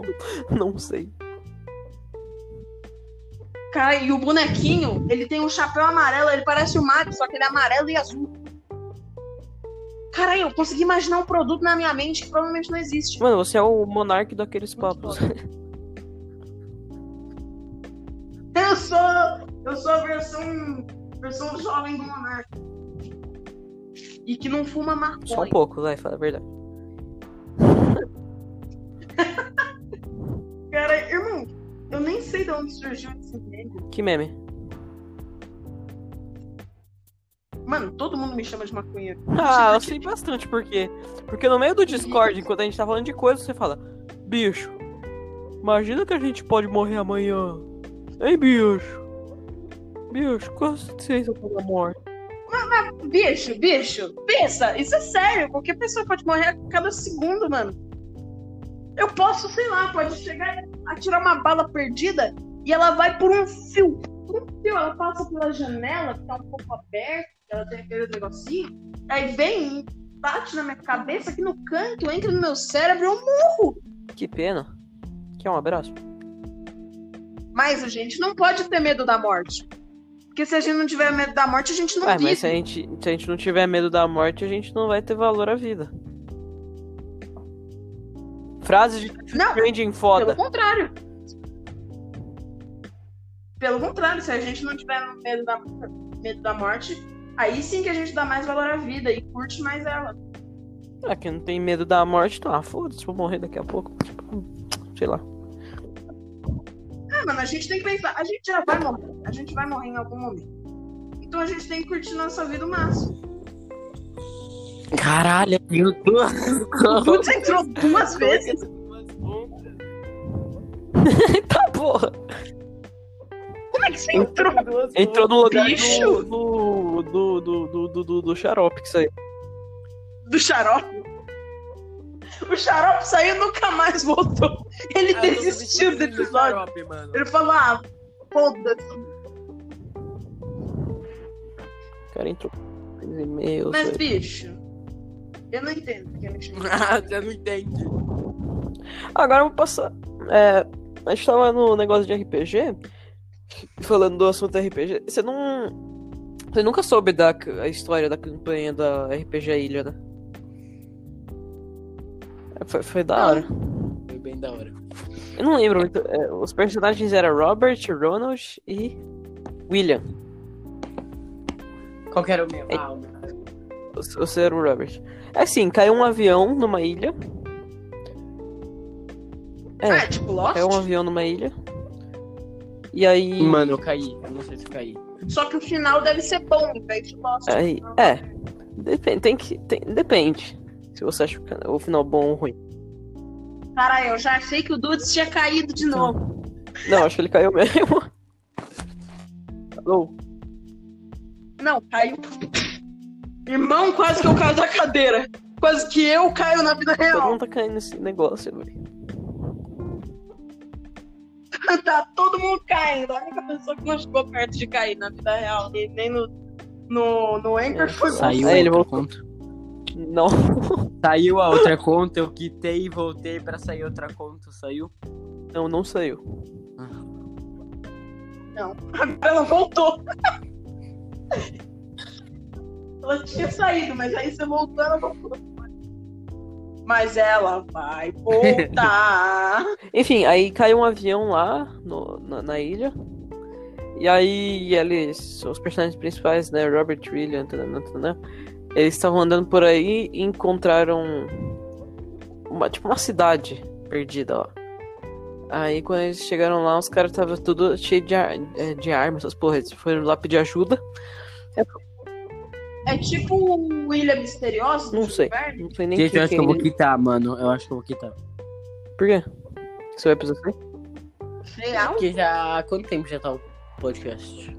S1: Não sei.
S2: Cara, e o bonequinho, ele tem um chapéu amarelo, ele parece o Mario, só que ele é amarelo e azul. Cara, eu consegui imaginar um produto na minha mente que provavelmente não existe.
S1: Mano, você é o monarca daqueles papos.
S2: Eu sou. Eu sou a versão. versão jovem do Monarca. E que não fuma
S1: Só um
S2: maconha.
S1: pouco, vai, fala a verdade.
S2: Cara, irmão, eu nem sei de onde surgiu esse meme.
S1: Que meme.
S2: Mano, todo mundo me chama de maconheiro.
S1: Ah, eu sei bastante por quê. Porque no meio do Discord, enquanto a gente tá falando de coisa, você fala: Bicho, imagina que a gente pode morrer amanhã. Hein, bicho? Bicho, qual a ciência pela morte?
S2: Bicho, bicho, pensa, isso é sério. Qualquer pessoa pode morrer a cada segundo, mano. Eu posso, sei lá, pode chegar a tirar uma bala perdida e ela vai por um fio. Por um fio, ela passa pela janela, que tá um pouco aberta, ela tem aquele negocinho. Aí vem, bate na minha cabeça aqui no canto, entra no meu cérebro, eu morro.
S1: Que pena. Quer um abraço?
S2: Mas a gente não pode ter medo da morte. Porque se a gente não tiver medo da morte, a gente não
S1: Ué,
S2: vive.
S1: mas se a, gente, se a gente não tiver medo da morte, a gente não vai ter valor à vida. Frase de
S2: Não,
S1: trending
S2: Pelo
S1: foda.
S2: contrário. Pelo contrário, se a gente não tiver medo da, medo da morte, aí sim que a gente dá mais valor à vida e curte mais ela.
S1: Ah, quem não tem medo da morte, tá, ah, foda-se, vou morrer daqui a pouco. Tipo, sei lá.
S2: É, mano, a gente tem que pensar, a gente já vai morrer, a gente vai morrer em algum momento. Então a gente tem que curtir nossa vida o máximo.
S4: Caralho, meu Deus.
S2: O Dudes entrou duas vezes.
S1: Tá, porra!
S2: Como é que você entrou?
S1: Entrou no lugar
S2: Bicho!
S1: do. do. do. do. do, do, do xarope que saiu.
S2: Do xarope? O xarope saiu e nunca mais voltou. Ele
S4: Ah, eu tô
S2: desistiu
S4: desistindo
S2: do
S4: do
S2: episódio.
S4: xarope, mano.
S2: Ele falou, ah, foda-se.
S1: O cara entrou com os e-mails.
S2: Mas,
S1: velho.
S2: bicho, eu não entendo porque me chamou.
S4: Ah, você não entende.
S1: Agora eu vou passar. É, a gente tava no negócio de RPG, falando do assunto RPG. Você não. Você nunca soube da c- a história da campanha da RPG Ilha, né? É, Foi, foi da hora.
S4: Foi bem da hora.
S1: Eu não lembro. muito, é, os personagens eram Robert, Ronald e William.
S4: Qual que era o meu?
S1: É.
S4: Ah, o meu.
S1: Você- Você era o Robert. É assim, caiu um avião numa ilha. É.
S2: Ah, tipo, Lost?
S1: Caiu um avião numa ilha. E aí.
S4: Mano, eu caí. Eu não sei se eu caí.
S2: Só que o final deve ser bom, velho, de Lost.
S1: Aí, é. Depende, tem que, tem- depende. Se você acha o can- o final bom ou ruim.
S2: Caralho, eu já achei que o Dudes tinha caído de novo.
S1: Não, acho que ele caiu mesmo. Alô?
S2: Não, caiu. Irmão, quase que eu caio da cadeira. Quase que eu caio na vida
S1: Todo
S2: real.
S1: mundo tá caindo nesse negócio, velho.
S2: Tá todo mundo caindo. A única pessoa que não chegou perto de cair na vida real, nem nem no, no, no Anchor,
S1: É,
S2: foi
S1: saiu.
S2: você.
S1: Aí ele voltou.
S4: conta.
S1: Não.
S4: Saiu a outra conta, eu quitei e voltei pra sair outra conta. Saiu?
S1: Não, não saiu.
S2: Ela voltou. ela tinha saído, mas aí você voltou, ela voltou. Mas ela vai voltar.
S1: Enfim, aí caiu um avião lá no- na, na ilha. E aí eles. Os personagens principais, né? Robert William, tanana, tanana, eles estavam andando por aí e encontraram uma, tipo uma cidade perdida lá. Aí quando eles chegaram lá, os caras estavam tudo cheio de, ar- eh, de armas, essas porra, eles foram lá pedir ajuda.
S2: É tipo o Ilha Misteriosa?
S1: Não
S2: do
S1: sei.
S2: inferno.
S1: Não sei nem
S4: Gente, eu
S1: quem,
S4: acho que eu vou
S1: quem...
S4: quitar, mano. Eu acho que eu vou quitar.
S1: Por quê? Você vai precisar
S2: Real?
S4: É, Porque já. Quanto tempo já tá o podcast?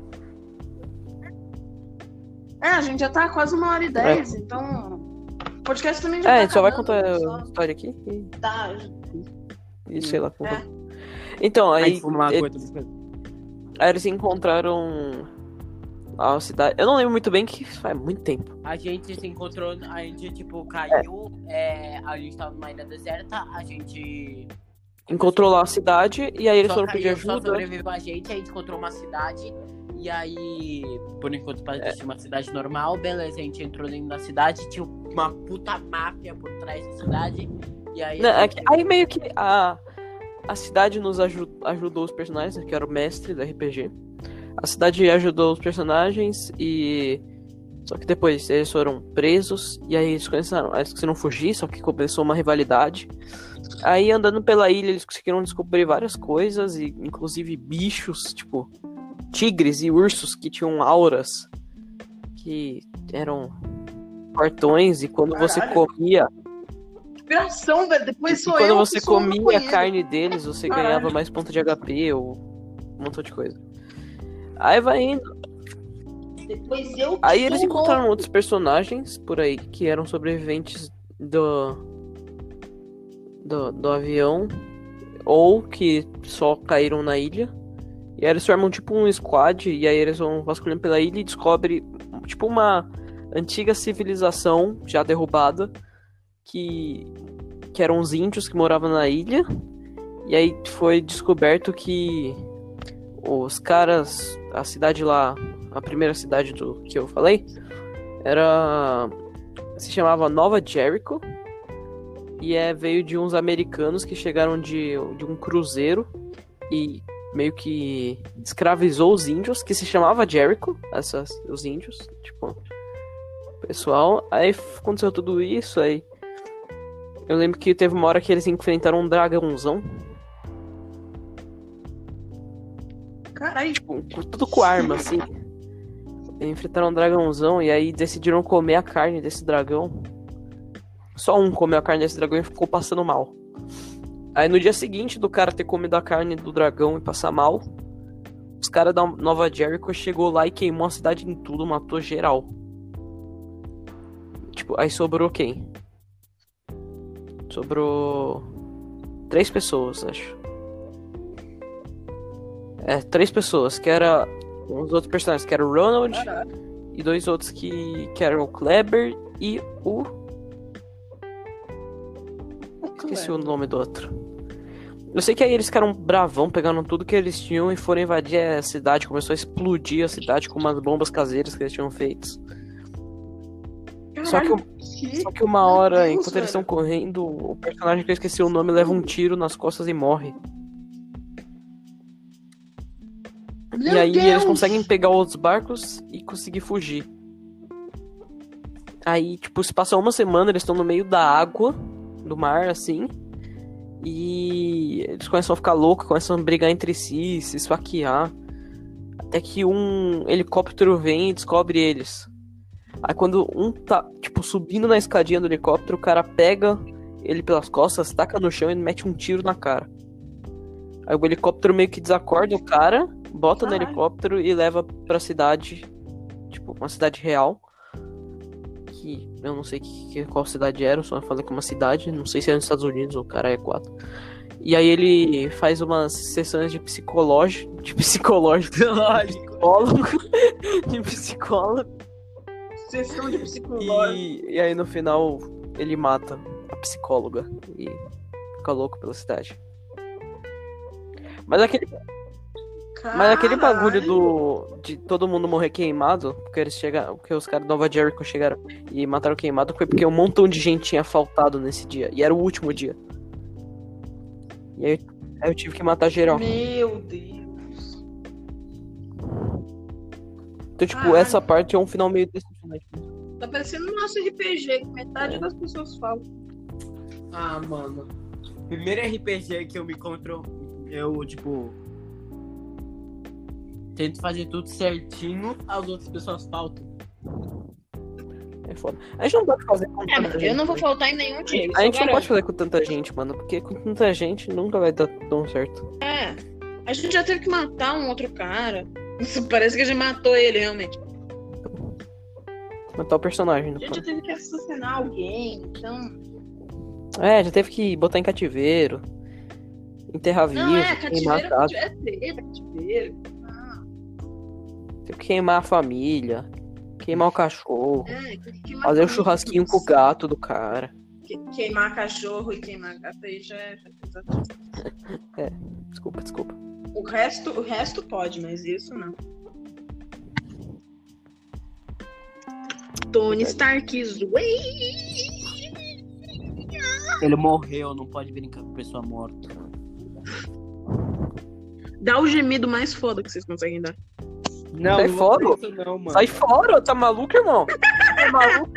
S2: É, a gente já tá quase uma hora e dez, então. O podcast também já
S1: É,
S2: tá
S1: a gente só vai contar
S2: acabando,
S1: a história aqui e
S2: só tá.
S1: E
S4: Hum.
S1: sei lá como.
S2: É.
S1: Então,
S4: Aí,
S1: aí,
S4: fuma uma
S1: e-
S4: coisa.
S1: aí eles encontraram a cidade. Eu não lembro muito bem que faz muito tempo.
S4: A gente se encontrou, a gente, tipo, caiu, é, a gente tava numa ilha deserta, a gente.
S1: Encontrou lá a cidade e aí eles
S4: só
S1: foram pedir
S4: caiu, só
S1: ajuda.
S4: sobreviveu a gente, a gente encontrou uma cidade, e aí, por enquanto,
S1: É.
S4: parece uma cidade normal, beleza, a gente entrou dentro da cidade, tinha uma puta máfia por trás da cidade, e aí.
S1: Não,
S4: a
S1: é
S4: gente-
S1: que- aí meio que a, a cidade nos aju- ajudou os personagens, né, que era o mestre da RPG. A cidade ajudou os personagens e. Só que depois eles foram presos e aí eles começaram, eles conseguiram fugir, só que começou uma rivalidade. Aí andando pela ilha eles conseguiram descobrir várias coisas, e, inclusive bichos, tipo tigres e ursos que tinham auras que eram portões e quando você
S2: Caralho.
S1: comia
S2: Inspiração, velho. Depois sou
S1: quando
S2: eu.
S1: você
S2: que sou um
S1: comia a
S2: maconheiro.
S1: carne deles, você
S2: Caralho.
S1: ganhava mais ponto de HP ou um montão de coisa. Aí vai indo.
S2: Depois eu. que
S1: Aí eles
S2: sou
S1: encontraram outros personagens por aí que eram sobreviventes do. do, do avião. Ou que só caíram na ilha. E aí eles formam tipo um squad. E aí eles vão vasculhando pela ilha e descobre tipo uma antiga civilização já derrubada. Que. que eram os índios que moravam na ilha. E aí foi descoberto que os caras, a cidade lá, a primeira cidade do que eu falei, era se chamava Nova Jericho e é veio de uns americanos que chegaram de, de um cruzeiro e meio que escravizou os índios que se chamava Jericho, essas os índios, tipo, pessoal, aí f- aconteceu tudo isso aí. Eu lembro que teve uma hora que eles enfrentaram um dragãozão
S2: Caralho,
S1: tipo, com- tudo com arma, assim. Enfrentaram um dragãozão e aí decidiram comer a carne desse dragão. Só um comeu a carne desse dragão e ficou passando mal. Aí no dia seguinte do cara ter comido a carne do dragão e passar mal, os caras da Nova Jericho chegou lá e queimou a cidade em tudo, matou geral. Tipo, aí sobrou quem? Sobrou. Três pessoas, acho. É, três pessoas, que era. Os outros personagens, que era o Ronald
S2: Caraca.
S1: e dois outros que, que eram o Kleber e o. Esqueci o nome do outro. Eu sei que aí eles ficaram bravão, pegaram tudo que eles tinham e foram invadir a cidade. Começou a explodir a cidade com umas bombas caseiras que eles tinham feitos. Só que,
S2: Caralho, que...
S1: só que uma hora,
S2: Deus,
S1: enquanto eles estão
S2: velho.
S1: correndo, o personagem que eu esqueci o nome leva um tiro nas costas e morre.
S2: Meu
S1: e aí eles
S2: Deus!
S1: conseguem pegar os barcos e conseguir fugir. Aí, tipo, se passa uma semana, eles estão no meio da água, do mar, assim. E eles começam a ficar loucos, começam a brigar entre si, se esfaquear. Até que um helicóptero vem e descobre eles. Aí quando um tá, tipo, subindo na escadinha do helicóptero, o cara pega ele pelas costas, taca no chão e mete um tiro na cara. Aí o helicóptero meio que desacorda o cara, bota no
S2: Caralho.
S1: helicóptero e leva pra cidade, tipo, uma cidade real. Que eu não sei que, que- qual cidade era, só falei que é uma cidade, não sei se é nos Estados Unidos ou cara é quatro. E aí ele faz umas sessões de psicológico, de psicológico,
S4: Lógico.
S1: psicólogo, de psicólogo.
S2: Sessão de psicológico.
S1: E, e aí no final ele mata a psicóloga e fica louco pela cidade. Mas aquele, mas aquele bagulho do de todo mundo morrer queimado, porque eles chegaram, porque os caras da Nova Jericho chegaram e mataram queimado foi porque um montão de gente tinha faltado nesse dia e era o último dia. E aí, aí eu tive que matar geral.
S2: Meu Deus.
S1: Então, tipo,
S2: Caralho.
S1: essa parte é um final meio decepcionante.
S2: Tá parecendo o nosso RPG, que metade
S1: É.
S2: das pessoas falam.
S4: Ah, mano. Primeiro RPG que eu me encontro, eu, tipo. Tento fazer tudo certinho, as outras pessoas faltam.
S1: É foda. A gente não pode fazer com
S8: É,
S1: tanta
S8: mano, eu
S1: gente,
S8: não vou
S1: né?
S8: faltar em nenhum dia. isso
S1: A
S8: eu
S1: gente não
S8: garanto.
S1: pode fazer com tanta gente, mano, porque com tanta gente nunca vai dar tão certo.
S8: É. A gente já teve que matar um outro cara. Isso parece que a gente matou ele, realmente.
S1: Matar o personagem,
S2: A
S1: né?
S2: gente já teve que assassinar alguém, então.
S1: É, já teve que botar em cativeiro, enterrar vivo,
S8: Não,
S1: queimar
S8: é, cativeiro
S1: a casa,
S8: é treta.
S2: Cativeiro.
S1: teve que queimar a família, queimar o cachorro,
S8: É, que- que-
S1: fazer o churrasquinho com o gato do cara.
S2: Que- Queimar cachorro e queimar gato aí já é. já pesa tudo.
S1: Desculpa, desculpa.
S2: O resto, o resto pode, mas isso não.
S8: Tony Stark zoei.
S4: Ele morreu, não pode brincar com pessoa morta.
S2: Dá o gemido mais foda que vocês conseguem dar.
S4: Não,
S1: Sai
S4: não
S1: fora.
S4: vou fazer isso Não, mano.
S1: Sai fora, tá maluco, irmão? Tá maluco?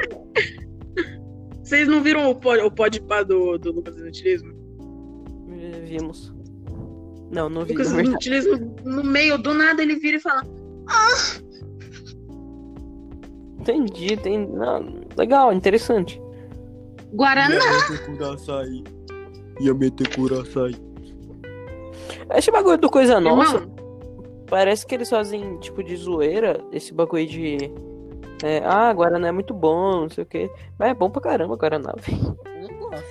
S2: Vocês não viram o pod, o pod pá do, do Lucas Inutilismo?
S1: Eh, Vimos. Não, não vi, na
S2: Lucas
S1: verdade.
S2: Inutilismo, no meio, do nada, ele vira e fala.
S1: Entendi, tem... não, legal, interessante.
S8: Guaraná.
S4: Ia meter curaçaí.
S1: Esse bagulho do Coisa Nossa,
S8: Irmão,
S1: Parece que eles fazem, tipo, de zoeira, esse bagulho de. é, ah, Guaraná é muito bom, não sei o quê. Mas é bom pra caramba, Guaraná. velho.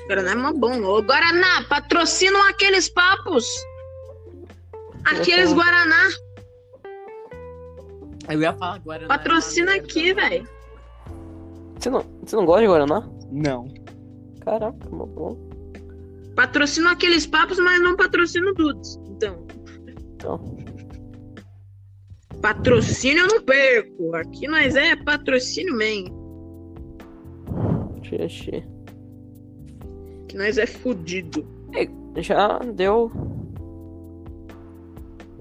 S8: Guaraná é mó bom. Ô, Guaraná, patrocinam aqueles papos. Aqueles
S1: Eu tô-
S8: Guaraná.
S4: Eu ia falar agora.
S8: Patrocina aqui, velho.
S1: Você não, você não gosta de Guaraná?
S4: Não.
S1: Caraca, é mó bom.
S8: Patrocina aqueles papos, mas não patrocina o Dudes. Então.
S1: Então.
S8: Patrocínio eu não perco. Aqui nós é patrocínio man.
S1: Xê, xê.
S8: Que nós é fudido.
S1: Já deu.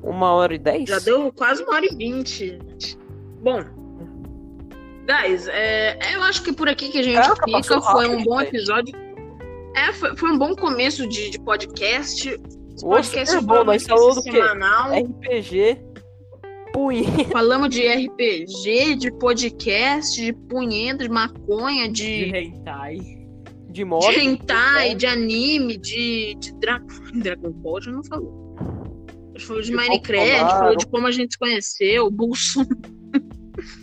S1: Uma hora e dez?
S8: Já deu quase uma hora e vinte. gente. Bom. Guys, é, eu acho que por aqui que a gente
S1: Caraca,
S8: fica.
S1: passou
S8: Foi um
S1: rápido,
S8: bom
S1: velho.
S8: episódio. É, foi, foi um bom começo de, de podcast. Esse
S1: Nossa,
S8: podcast
S1: é bom, nós
S8: provavelmente
S1: falamos
S8: vai
S1: do
S8: ser
S1: quê?
S8: semanal.
S1: RPG. Punha.
S8: Falamos de RPG, de podcast, de punheta, de maconha,
S4: De
S8: de,
S4: hentai.
S1: De
S8: de
S1: moto.
S8: hentai, de anime, de, de Dra- Dragon Ball, já não falou. A gente falou de,
S1: De
S8: Minecraft,
S1: Bolsonaro.
S8: falou de como a gente se conheceu, Bolson.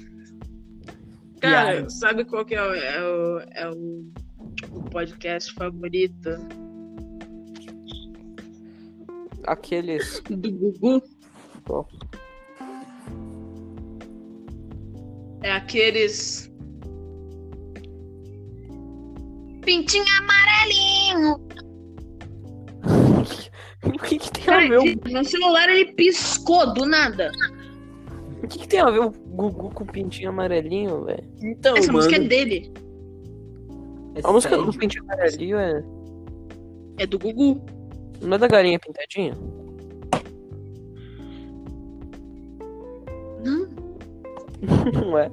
S8: Cara,
S4: Piada.
S2: Sabe qual que é o, é o, é o O podcast favorito
S1: Então, Aqueles.
S2: do Gugu
S1: Qual?
S2: é aqueles. Pintinho amarelinho!
S1: O que, que tem a
S2: Cara,
S1: ver? O
S2: meu celular ele piscou do nada.
S1: o que, que tem a ver o Gugu com o pintinho amarelinho, velho?
S8: Então,
S2: Essa
S8: mano.
S2: música é dele.
S8: é
S1: A música
S8: sério.
S1: do pintinho amarelinho é.
S2: É do Gugu.
S1: Não é da galinha pintadinha?
S2: Não.
S1: Não é.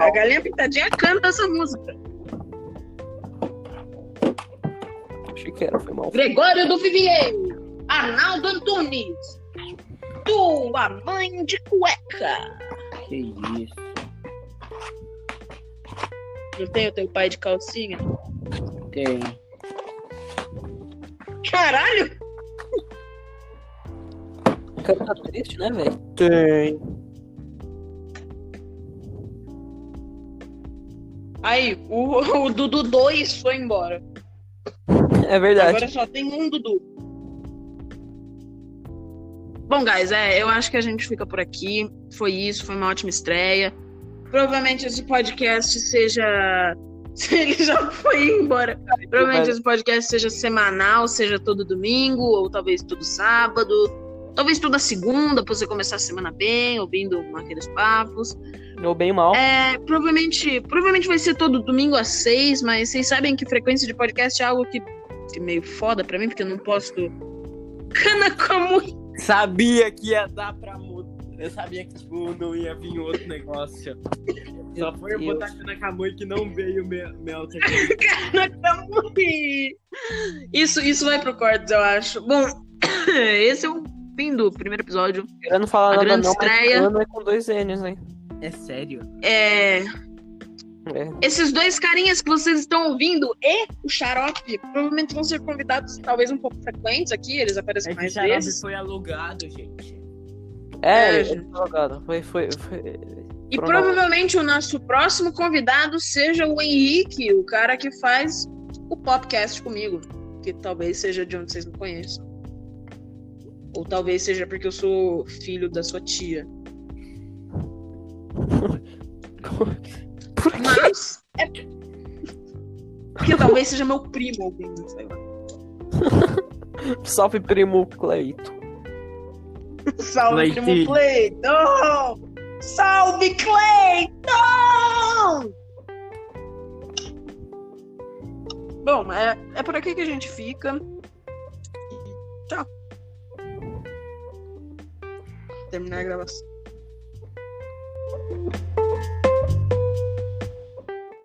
S2: A galinha pintadinha canta essa música.
S1: Achei que era, foi mal.
S2: Gregório do Vivieiro. Arnaldo Antunes. Tua mãe de cueca.
S8: Que isso.
S2: Não tem o teu pai de calcinha?
S8: Tem.
S2: Caralho!
S1: O cara tá triste, né, velho? Tem.
S2: Aí, o, o Dudu 2 foi embora.
S1: É verdade.
S2: Agora só tem um Dudu. Bom, guys, é, eu acho que a gente fica por aqui. Foi isso, foi uma ótima estreia. Provavelmente esse podcast seja. Se ele já foi embora. Provavelmente
S1: vai.
S2: esse podcast seja semanal, seja todo domingo, ou talvez todo sábado. Talvez toda segunda, pra você começar a semana bem, ouvindo aqueles papos.
S1: Ou bem mal.
S2: É, provavelmente, provavelmente vai ser todo domingo às seis, mas vocês sabem que frequência de podcast é algo que, que é meio foda pra mim, porque eu não posso. Cana como.
S8: Sabia que ia dar pra mudar. Eu sabia que, tipo, não ia vir outro negócio. Só foi eu
S1: Deus.
S8: botar aqui na Kamui que não veio minha, minha outra coisa.
S2: Nakamui! Isso, isso vai pro cortes, eu acho. Bom, esse é o fim do primeiro episódio.
S1: Eu não falar
S2: A
S1: nada,
S2: grande
S1: não,
S2: estreia.
S1: mas ano é com dois N's, hein?
S8: É sério?
S2: É,
S1: É.
S2: esses dois carinhas que vocês estão ouvindo e o Xarope provavelmente vão ser convidados talvez um pouco frequentes aqui, eles aparecem
S8: É que o
S2: mais
S8: Xarope
S2: vezes.
S8: foi alugado, gente.
S2: É,
S1: É, ele tá jogado. Foi, foi, foi.
S2: E
S1: Pronto.
S2: provavelmente o nosso próximo convidado seja o Henrique, o cara que faz o podcast comigo. Que talvez seja de onde vocês me conheçam. Ou talvez seja porque eu sou filho da sua tia.
S1: Por quê?
S2: Mas. É... Porque talvez seja meu primo ouvindo, sei lá.
S1: Salve, primo Cleito.
S9: Salve, primo
S8: Cleitinho.
S9: Cleiton! Salve, Cleiton!
S2: Bom, é, é por aqui que a gente fica.
S9: Terminar a gravação.